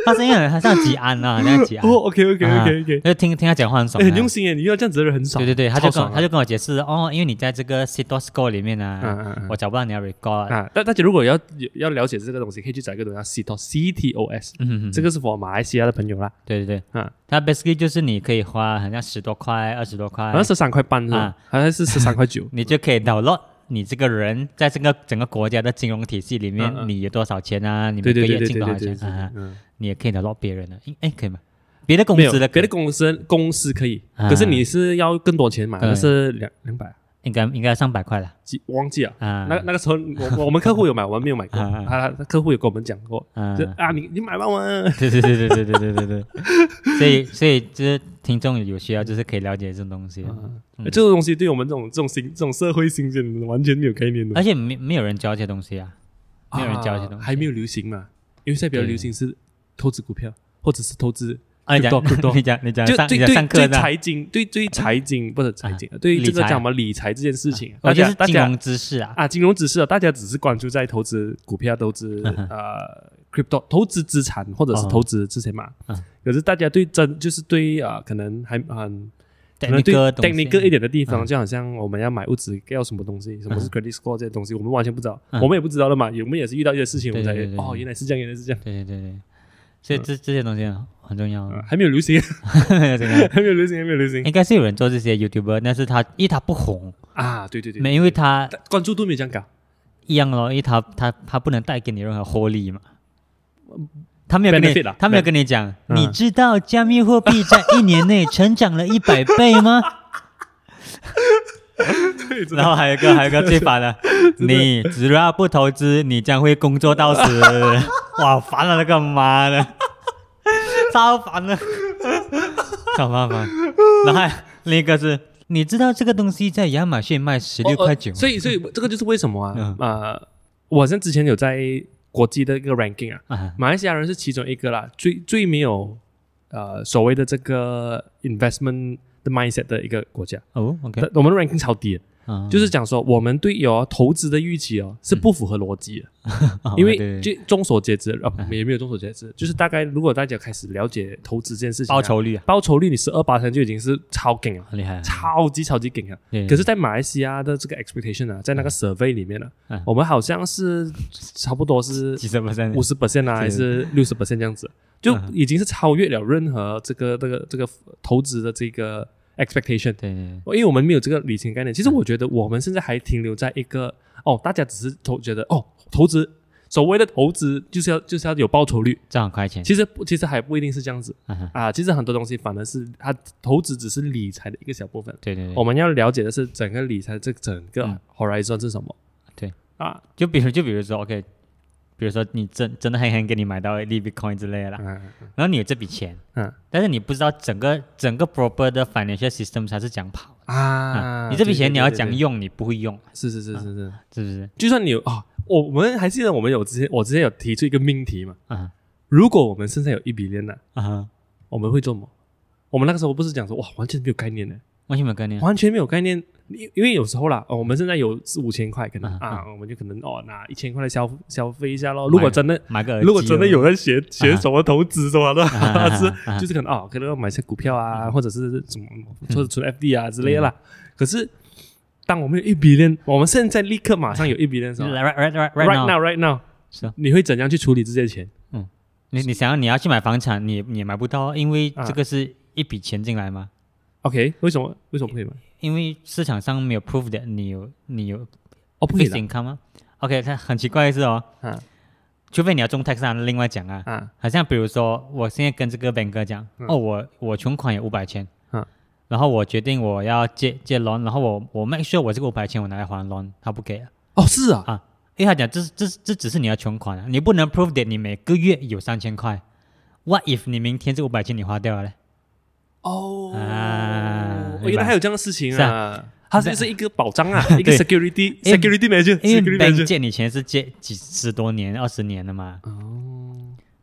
Speaker 2: 他声音很很像吉安 啊，很像吉安
Speaker 1: 哦。，OK OK OK OK，
Speaker 2: 就听听他讲话很爽、
Speaker 1: 哎，
Speaker 2: 啊
Speaker 1: 很用心耶，你遇到这样子的人很少。
Speaker 2: 对对对，他
Speaker 1: 超
Speaker 2: 就
Speaker 1: 爽
Speaker 2: 跟
Speaker 1: 啊
Speaker 2: 他就跟我解释哦，因为你在这个 c i t o Score 里面啊，
Speaker 1: 嗯嗯嗯
Speaker 2: 我找不到你的 record，、
Speaker 1: 啊，大大家如果要要了解这个东西，可以去找一个东西叫 CTOS C T O S，
Speaker 2: 嗯，
Speaker 1: 这
Speaker 2: 个
Speaker 1: 个是 for 马来西亚的朋友啦，
Speaker 2: 对对对，
Speaker 1: 啊，
Speaker 2: 它 basically 就是你可以花好像十多块、二十多块
Speaker 1: 好，像十三块半是吧
Speaker 2: 啊？。
Speaker 1: 好像是十三块九
Speaker 2: 你就可以 download 你这个人在这个整个国家的金融体系里面，
Speaker 1: 嗯嗯
Speaker 2: 你有多少钱啊？你
Speaker 1: 对
Speaker 2: 每
Speaker 1: 对
Speaker 2: 个
Speaker 1: 对
Speaker 2: 月
Speaker 1: 对
Speaker 2: 进
Speaker 1: 对
Speaker 2: 多
Speaker 1: 对
Speaker 2: 少
Speaker 1: 对，
Speaker 2: 钱
Speaker 1: 对
Speaker 2: 啊？
Speaker 1: 嗯
Speaker 2: 你也可以 download 别人的，哎，可以吗？别的公
Speaker 1: 没有
Speaker 2: 司的
Speaker 1: 别的公司公司可以，
Speaker 2: 啊
Speaker 1: 可是你是要更多钱买，
Speaker 2: 对
Speaker 1: 那是两两百
Speaker 2: 应该应该上百块了
Speaker 1: 几，忘记了。
Speaker 2: 啊
Speaker 1: 那那个时候我我们客户有买，我们没有买过，
Speaker 2: 啊
Speaker 1: 他他客户有跟我们讲过，
Speaker 2: 啊嗯
Speaker 1: 就啊你你买吧我们。
Speaker 2: 对对对对对对对对对，所以所以就是听众有需要，就是可以了解这种东西，嗯
Speaker 1: 这种东西对我们这种这种新这种社会新鲜人完全没有概念的啊
Speaker 2: 而，且没没有人教这些东西啊，没有人教这些东西
Speaker 1: 还没有流行嘛，因为现在比较
Speaker 2: 对
Speaker 1: 流行是投资股票或者是投资
Speaker 2: 啊，你
Speaker 1: crypto
Speaker 2: 讲
Speaker 1: crypto
Speaker 2: 你。讲你讲
Speaker 1: 就
Speaker 2: 呃上
Speaker 1: 对
Speaker 2: 你讲
Speaker 1: 对
Speaker 2: 上课
Speaker 1: 对
Speaker 2: 的，
Speaker 1: 财经，对对财经不是财经，对
Speaker 2: 啊理
Speaker 1: 这个
Speaker 2: 财
Speaker 1: 叫什么理财这件事情，
Speaker 2: 我
Speaker 1: 大
Speaker 2: 哦就
Speaker 1: 家
Speaker 2: 是
Speaker 1: 大
Speaker 2: 金
Speaker 1: 家
Speaker 2: 融知识啊，
Speaker 1: 啊，金融只是啊，大家只是关注在投资股票、投 资呃 crypto、投资资产或者是
Speaker 2: 嗯哦
Speaker 1: 投资这些嘛。
Speaker 2: 嗯
Speaker 1: 可是大家对真就是对啊、呃可能还嗯，可能对
Speaker 2: technical 东西嗯
Speaker 1: technical 一点的地方，就好像我们要买物质要什么东西，什么是 credit score 这些东西，我们完全不知道，
Speaker 2: 嗯
Speaker 1: 我们也不知道的嘛。我们也是遇到一些事情，我
Speaker 2: 对
Speaker 1: 们才
Speaker 2: 对对对
Speaker 1: 哦，
Speaker 2: 对
Speaker 1: 原来是这样，原来是这样。
Speaker 2: 对对对对，
Speaker 1: 嗯
Speaker 2: 所以这这些东西很重要，
Speaker 1: 啊还没有流行， 嗯
Speaker 2: 真的
Speaker 1: 还没有流行，还没有流行
Speaker 2: 应该是有人做这些 YouTuber，但是他因为他不红，
Speaker 1: 啊！对对对，
Speaker 2: 没因为他
Speaker 1: 但关注度没有这样高。
Speaker 2: 一样咯，因为他他他不能带给你任何获利嘛。他没有跟你
Speaker 1: Benefit 啊，
Speaker 2: 他没有跟你讲，
Speaker 1: 嗯
Speaker 2: 你知道加密货币在一年内成长了一百倍吗？然后还有一个，还有一个最烦的，你只要不投资，你将会工作到死。哇，烦了那个妈的，超烦的，超麻烦。然后还有另一个是，你知道这个东西在亚马逊卖十六
Speaker 1: 哦呃
Speaker 2: 块九吗？
Speaker 1: 所以所以这个就是为什么啊
Speaker 2: 嗯
Speaker 1: 呃，我好像之前有在国际的一个 ranking 啊，
Speaker 2: 啊，
Speaker 1: 马来西亚人是其中一个啦，最最没有呃所谓的这个 investment 的 mindset 的一个国家。
Speaker 2: 哦，OK，
Speaker 1: 但我们的 ranking 超低的，
Speaker 2: 啊
Speaker 1: 就是讲说我们对有啊投资的预期哦是不符合逻辑的，
Speaker 2: 哦
Speaker 1: 因
Speaker 2: 对
Speaker 1: 为
Speaker 2: 对对嗯
Speaker 1: 就众所皆知啊，也没有众所皆知，就是大概如果大家开始了解投资这件事情啊、
Speaker 2: 报酬率啊，
Speaker 1: 报酬率你十二八成就已经是超顶了，
Speaker 2: 很厉害啊。
Speaker 1: 超级超级啊顶了。
Speaker 2: 对
Speaker 1: 可是，在马来西亚的这个 expectation 啊，在那个 survey 里面呢、
Speaker 2: 嗯
Speaker 1: 我们好像是差不多是
Speaker 2: 几十 percent，
Speaker 1: 五十 percent 啊，还是六十 percent 这样子，就已经是超越了任何这个这个这个投资的这个 expectation。
Speaker 2: 对对
Speaker 1: 因为我们没有这个理性概念，其实我觉得我们现在还停留在一个哦，大家只是投觉得哦，投资所谓的投资就是要就是要有报酬率，
Speaker 2: 赚很快钱。
Speaker 1: 其实不其实还不一定是这样子
Speaker 2: 嗯哼，
Speaker 1: 啊。其实很多东西反而是它投资只是理财的一个小部分，
Speaker 2: 对对
Speaker 1: 我
Speaker 2: 对，
Speaker 1: 们要了解的是整个理财这整个
Speaker 2: 嗯
Speaker 1: horizon 是什么。
Speaker 2: 对
Speaker 1: 啊，
Speaker 2: 就比如就比如说 OK，比如说你真真的很很给你买到一粒 Bitcoin 之类的啦，
Speaker 1: 嗯
Speaker 2: 然后你有这笔钱，
Speaker 1: 嗯
Speaker 2: 但是你不知道整个整个 proper 的 financial system 它是讲跑的
Speaker 1: 啊，
Speaker 2: 你这笔钱你要
Speaker 1: 讲
Speaker 2: 讲用，你不会用，啊
Speaker 1: 是是是是是，
Speaker 2: 是不是？
Speaker 1: 就算你有啊，我我们还记得我们有之前我之前有提出一个命题嘛，
Speaker 2: 啊
Speaker 1: 如果我们身上有一笔链呢，
Speaker 2: 啊哈，
Speaker 1: 我们会做什么？我们那个时候不是讲说哇，完全没有概念的，
Speaker 2: 完全没有概念。
Speaker 1: 完全没有概念。因因为有时候啦，哦，我们现在有四五千块，可能
Speaker 2: 嗯
Speaker 1: 啊，我们就可能哦拿一千块来消消费一下咯。
Speaker 2: 买
Speaker 1: 如果真的
Speaker 2: 买个耳机哦，
Speaker 1: 如果真的有在学学
Speaker 2: 啊
Speaker 1: 什么投资什么的，
Speaker 2: 啊啊啊
Speaker 1: 是
Speaker 2: 啊
Speaker 1: 就是可能哦，可能要买些股票啊，或者是什么，或者
Speaker 2: 嗯
Speaker 1: 存 FD 啊之类的啦。可是当我们有一笔链，我们现在立刻马上有一笔链的时候
Speaker 2: right right right
Speaker 1: ，right
Speaker 2: now，
Speaker 1: now，right now，
Speaker 2: 是啊
Speaker 1: 你会怎样去处理这些钱？
Speaker 2: 你你想要你要去买房产，你你也买不到，因为
Speaker 1: 啊
Speaker 2: 这个是一笔钱进来嘛，
Speaker 1: OK，为什么为什么不可以买？
Speaker 2: 因为市场上没有 proof that 你有你有
Speaker 1: 哦，不可以
Speaker 2: fixed
Speaker 1: 的
Speaker 2: income 啊。OK，它很奇怪的是哦，
Speaker 1: 啊
Speaker 2: 除非你要中 tax 啊，另外讲啊，
Speaker 1: 啊
Speaker 2: 好像比如说，我现在跟这个 bank 哥讲，
Speaker 1: 嗯
Speaker 2: 哦，我我存款有五百千，
Speaker 1: 嗯
Speaker 2: 然后我决定我要借借 loan，然后我我 make sure 我这个五百千我拿来还 loan，他不给啊，
Speaker 1: 哦，是啊，
Speaker 2: 因为他讲这是这是这只是你要存款啊，你不能 prove that 你每个月有三千块，what if 你明天这五百千你花掉了嘞？
Speaker 1: 哦
Speaker 2: 啊，
Speaker 1: 原
Speaker 2: 明
Speaker 1: 来
Speaker 2: 白
Speaker 1: 还有这样的事情
Speaker 2: 是
Speaker 1: 啊！它是是一个保障啊，一个
Speaker 2: 对
Speaker 1: security
Speaker 2: 因为
Speaker 1: security measure
Speaker 2: 因为
Speaker 1: security
Speaker 2: bank
Speaker 1: measure。
Speaker 2: 借你钱是借几十多年、二十年的嘛，
Speaker 1: 哦，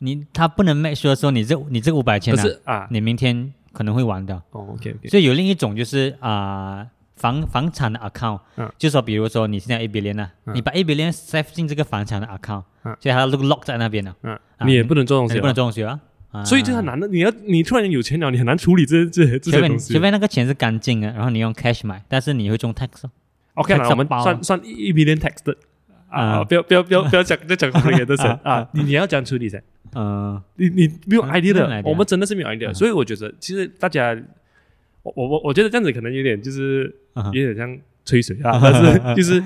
Speaker 2: 你他不能 make sure 说你这你这五百千
Speaker 1: 可
Speaker 2: 啊，
Speaker 1: 是啊，
Speaker 2: 你明天可能会还掉。
Speaker 1: 哦，OK OK，
Speaker 2: 所以有另一种就是啊、房房产的 account，、
Speaker 1: 嗯
Speaker 2: 就说比如说你现在 A B 链呢，
Speaker 1: 嗯
Speaker 2: 你把 A B 链 save 进这个房产的 account，、
Speaker 1: 嗯
Speaker 2: 所以它 lock lock 在那边了，
Speaker 1: 嗯，
Speaker 2: 啊
Speaker 1: 你也不能做东
Speaker 2: 你
Speaker 1: 西
Speaker 2: 不能
Speaker 1: 啊，
Speaker 2: 做东西啊。啊
Speaker 1: 所以这很，难的。你要你突然有钱了，你很难处理这这这
Speaker 2: 除
Speaker 1: 些
Speaker 2: 非
Speaker 1: 东
Speaker 2: 你
Speaker 1: 西
Speaker 2: 除。非那个钱是干净的，然后你用 cash 买，但是你会中 tax 哦。
Speaker 1: OK 啦，
Speaker 2: tax
Speaker 1: 我们
Speaker 2: 包啊
Speaker 1: 算算一 million tax 的啊，
Speaker 2: 啊
Speaker 1: 不要不要不要不要讲再讲这个的事啊，你你要讲处理噻。
Speaker 2: 嗯、
Speaker 1: 你你没有
Speaker 2: 嗯
Speaker 1: idea
Speaker 2: 没
Speaker 1: 的
Speaker 2: 有，idea
Speaker 1: 我们真的是没有 idea，、
Speaker 2: 嗯
Speaker 1: 所以我觉得其实大家，我我我我觉得这样子可能有点就是
Speaker 2: 嗯
Speaker 1: 有
Speaker 2: 哼
Speaker 1: 点像吹水 啊，但是就是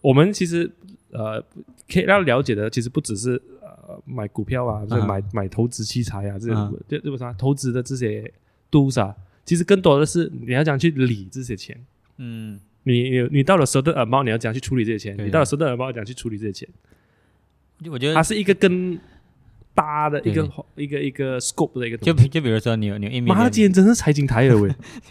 Speaker 1: 我们其实呃可以要了解的其实不只是呃买股票啊，就是
Speaker 2: 嗯
Speaker 1: 买买投资器材啊这些
Speaker 2: 嗯，
Speaker 1: 这这不啥投资的这些 tools 啊，其实更多的是你要讲去理这些钱。
Speaker 2: 嗯，
Speaker 1: 你你你到了 certain amount，你要讲去处理这些钱；
Speaker 2: 对
Speaker 1: 你到了 certain amount，讲去处理这些钱。
Speaker 2: 就我觉
Speaker 1: 它
Speaker 2: 得
Speaker 1: 是一个更大的一个
Speaker 2: 对
Speaker 1: 一个一个 scope 的一个东西
Speaker 2: 就比就比如说你有你有一
Speaker 1: 妈的，今
Speaker 2: million，
Speaker 1: 天真是财经台了 喂！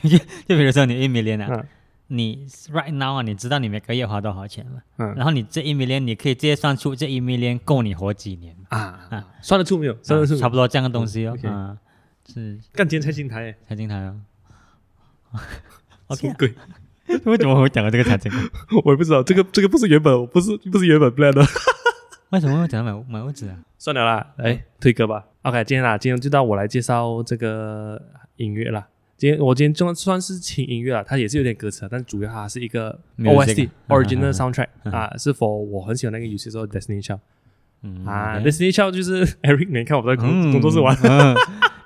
Speaker 2: 就比如说你有一 million 啊，
Speaker 1: 嗯
Speaker 2: 你 right now 啊，你知道你每个月花多少钱吗？
Speaker 1: 嗯
Speaker 2: 然后你这一 million 你可以直接算出这一 million 够你活几年吗？
Speaker 1: 啊，算得出没有？算得出没有
Speaker 2: 差不多这样的东西
Speaker 1: 嗯
Speaker 2: 哦
Speaker 1: ，，OK
Speaker 2: 啊，是
Speaker 1: 干今天财经台耶
Speaker 2: 财经台 哦。
Speaker 1: 什
Speaker 2: OK，啊
Speaker 1: 么鬼？
Speaker 2: 为什么会讲到这个 财经？
Speaker 1: 我也不知道，这个这个不是原本，不是不是原本 plan 的。
Speaker 2: 为什么会讲到买买屋子啊？
Speaker 1: 算了啦，哎，推歌吧。OK，今天啦，今天就到我来介绍这个音乐啦。今天我今天就算是轻音乐啦，它也是有点歌词啊，但主要它是一个
Speaker 2: Music
Speaker 1: OST
Speaker 2: 啊
Speaker 1: original
Speaker 2: 嗯
Speaker 1: soundtrack
Speaker 2: 嗯
Speaker 1: 啊，是 for 我很喜欢那个游戏叫做 Destiny Child
Speaker 2: 嗯
Speaker 1: 啊
Speaker 2: OK
Speaker 1: ，Destiny Child 就是 Eric，你看我在工
Speaker 2: 嗯
Speaker 1: 工作室玩
Speaker 2: 嗯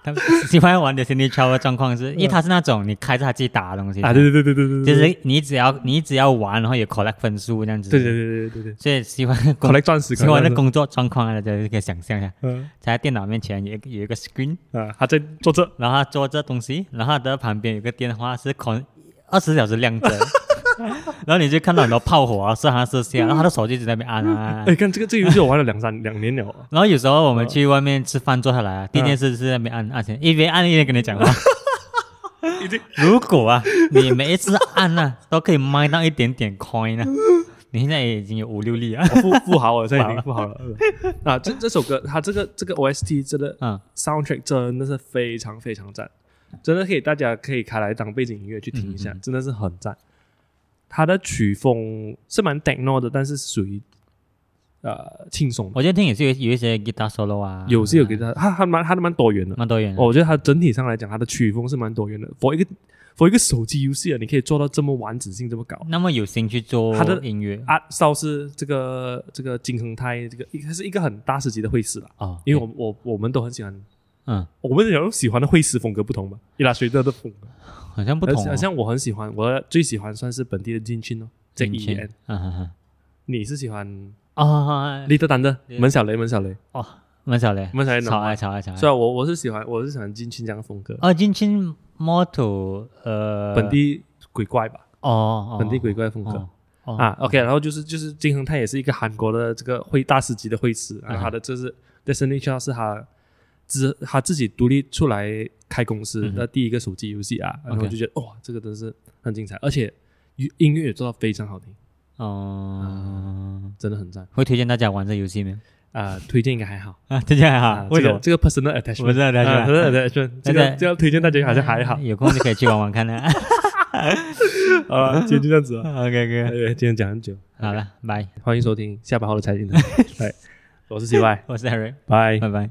Speaker 2: 他喜欢玩的 Cindy Chow 的状况是，因为他是那种你开着他自己打的东
Speaker 1: 嗯
Speaker 2: 西
Speaker 1: 啊，对对对对对对，
Speaker 2: 就
Speaker 1: 对
Speaker 2: 是你只要你只要玩，然后也 collect 分数这样子。
Speaker 1: 对对对对对对
Speaker 2: 所以喜欢工
Speaker 1: ，collect 钻石，
Speaker 2: 喜欢
Speaker 1: collect
Speaker 2: 的
Speaker 1: 钻石
Speaker 2: 工作状况啊，大家可以想象一下，
Speaker 1: 嗯
Speaker 2: 在电脑面前有一个有一个 screen，
Speaker 1: 啊，他在做这。
Speaker 2: 然后他做这东西，然后他的旁边有个电话是 con 二十小时亮 着，然后你就看到很多炮火啊，射哈射
Speaker 1: 嗯
Speaker 2: 西啊，然后他的手机一直在那边按啊
Speaker 1: 哎、。看这个这个游戏我玩了两三两年了，
Speaker 2: 然后有时候我们去外面吃饭坐下来啊，第一件事是在那边按按键，一边按一边跟你讲话。
Speaker 1: 已经
Speaker 2: 如果啊，你每一次按啊都可以卖到一点点 coin 啊，你现在也已经有五六粒啊。
Speaker 1: 我富 富豪了，现在已经富豪了。 啊，这这首歌它这个这个 OST 真的
Speaker 2: 嗯
Speaker 1: soundtrack 真的是非常非常赞，真的可以大家可以开来当背景音乐去听一下，真的是很赞。它的曲风是蛮 techno 的，但是属于呃轻松的，
Speaker 2: 我觉得听也是有有一些 guitar solo 啊，
Speaker 1: 有是有给它它还蛮它的蛮多元的。
Speaker 2: 蛮多元的。
Speaker 1: 我觉得它整体上来讲，它的曲风是蛮多元的。for 一个 for 一个手机游戏啊，你可以做到这么完整性这么高。
Speaker 2: 那么有心去做
Speaker 1: 他的
Speaker 2: 音乐
Speaker 1: 啊，少是这个这个金恒泰这个，一个是一个很大师级的会师啦，
Speaker 2: 哦，
Speaker 1: 因为我我我们都很喜欢，
Speaker 2: 嗯，
Speaker 1: 我们有喜欢的会师风格不同吧，伊拉谁的的风格
Speaker 2: 好像不
Speaker 1: 而
Speaker 2: 同
Speaker 1: 且
Speaker 2: 哦，
Speaker 1: 好像我很喜欢，我最喜欢算是本地的金青哦，这
Speaker 2: 进
Speaker 1: E
Speaker 2: 去
Speaker 1: N，
Speaker 2: 嗯嗯嗯。
Speaker 1: 你是喜欢
Speaker 2: 啊哦，
Speaker 1: 立德丹的
Speaker 2: 对
Speaker 1: 门小雷，门小雷，
Speaker 2: 哦，蛮少嘞，
Speaker 1: 门小雷
Speaker 2: 超
Speaker 1: 呢？
Speaker 2: 爱超爱超爱
Speaker 1: 虽。然我我是喜欢，我是喜欢金青这样的风格，
Speaker 2: 啊哦，金青 m 土，呃，
Speaker 1: 本地鬼怪吧，
Speaker 2: 哦，哦
Speaker 1: 本地鬼怪风格。
Speaker 2: 哦哦
Speaker 1: 啊，OK，然后就是就是金亨泰也是一个韩国的这个会大师级的会师，然
Speaker 2: 嗯
Speaker 1: 后他的这是 Destiny Child 是他自他自己独立出来开公司
Speaker 2: 嗯哼
Speaker 1: 的第一个手机游戏啊，然后
Speaker 2: OK
Speaker 1: 就觉得哇，这个真是很精彩，而且音音乐也做到非常好听，啊
Speaker 2: 哦，
Speaker 1: 真的很赞
Speaker 2: 会推荐大家玩这游戏没？
Speaker 1: 啊，推荐应该还好
Speaker 2: 啊，推荐
Speaker 1: 啊
Speaker 2: 哈，，为
Speaker 1: 这
Speaker 2: 什
Speaker 1: 个
Speaker 2: 么？
Speaker 1: 这个 personal attachment，
Speaker 2: 我知道大
Speaker 1: 啊
Speaker 2: 家
Speaker 1: personal attachment，这个
Speaker 2: 大家
Speaker 1: 这个推荐大家好像还好
Speaker 2: 有空就可以去玩玩看 呢。
Speaker 1: 啊，今天就这样子啊，
Speaker 2: OK OK，
Speaker 1: 哎今天讲很久，
Speaker 2: 好了，拜，
Speaker 1: 欢迎收听下班后的 财经台，对，我是 CY，
Speaker 2: 我是 Harry，
Speaker 1: 拜。
Speaker 2: 拜拜。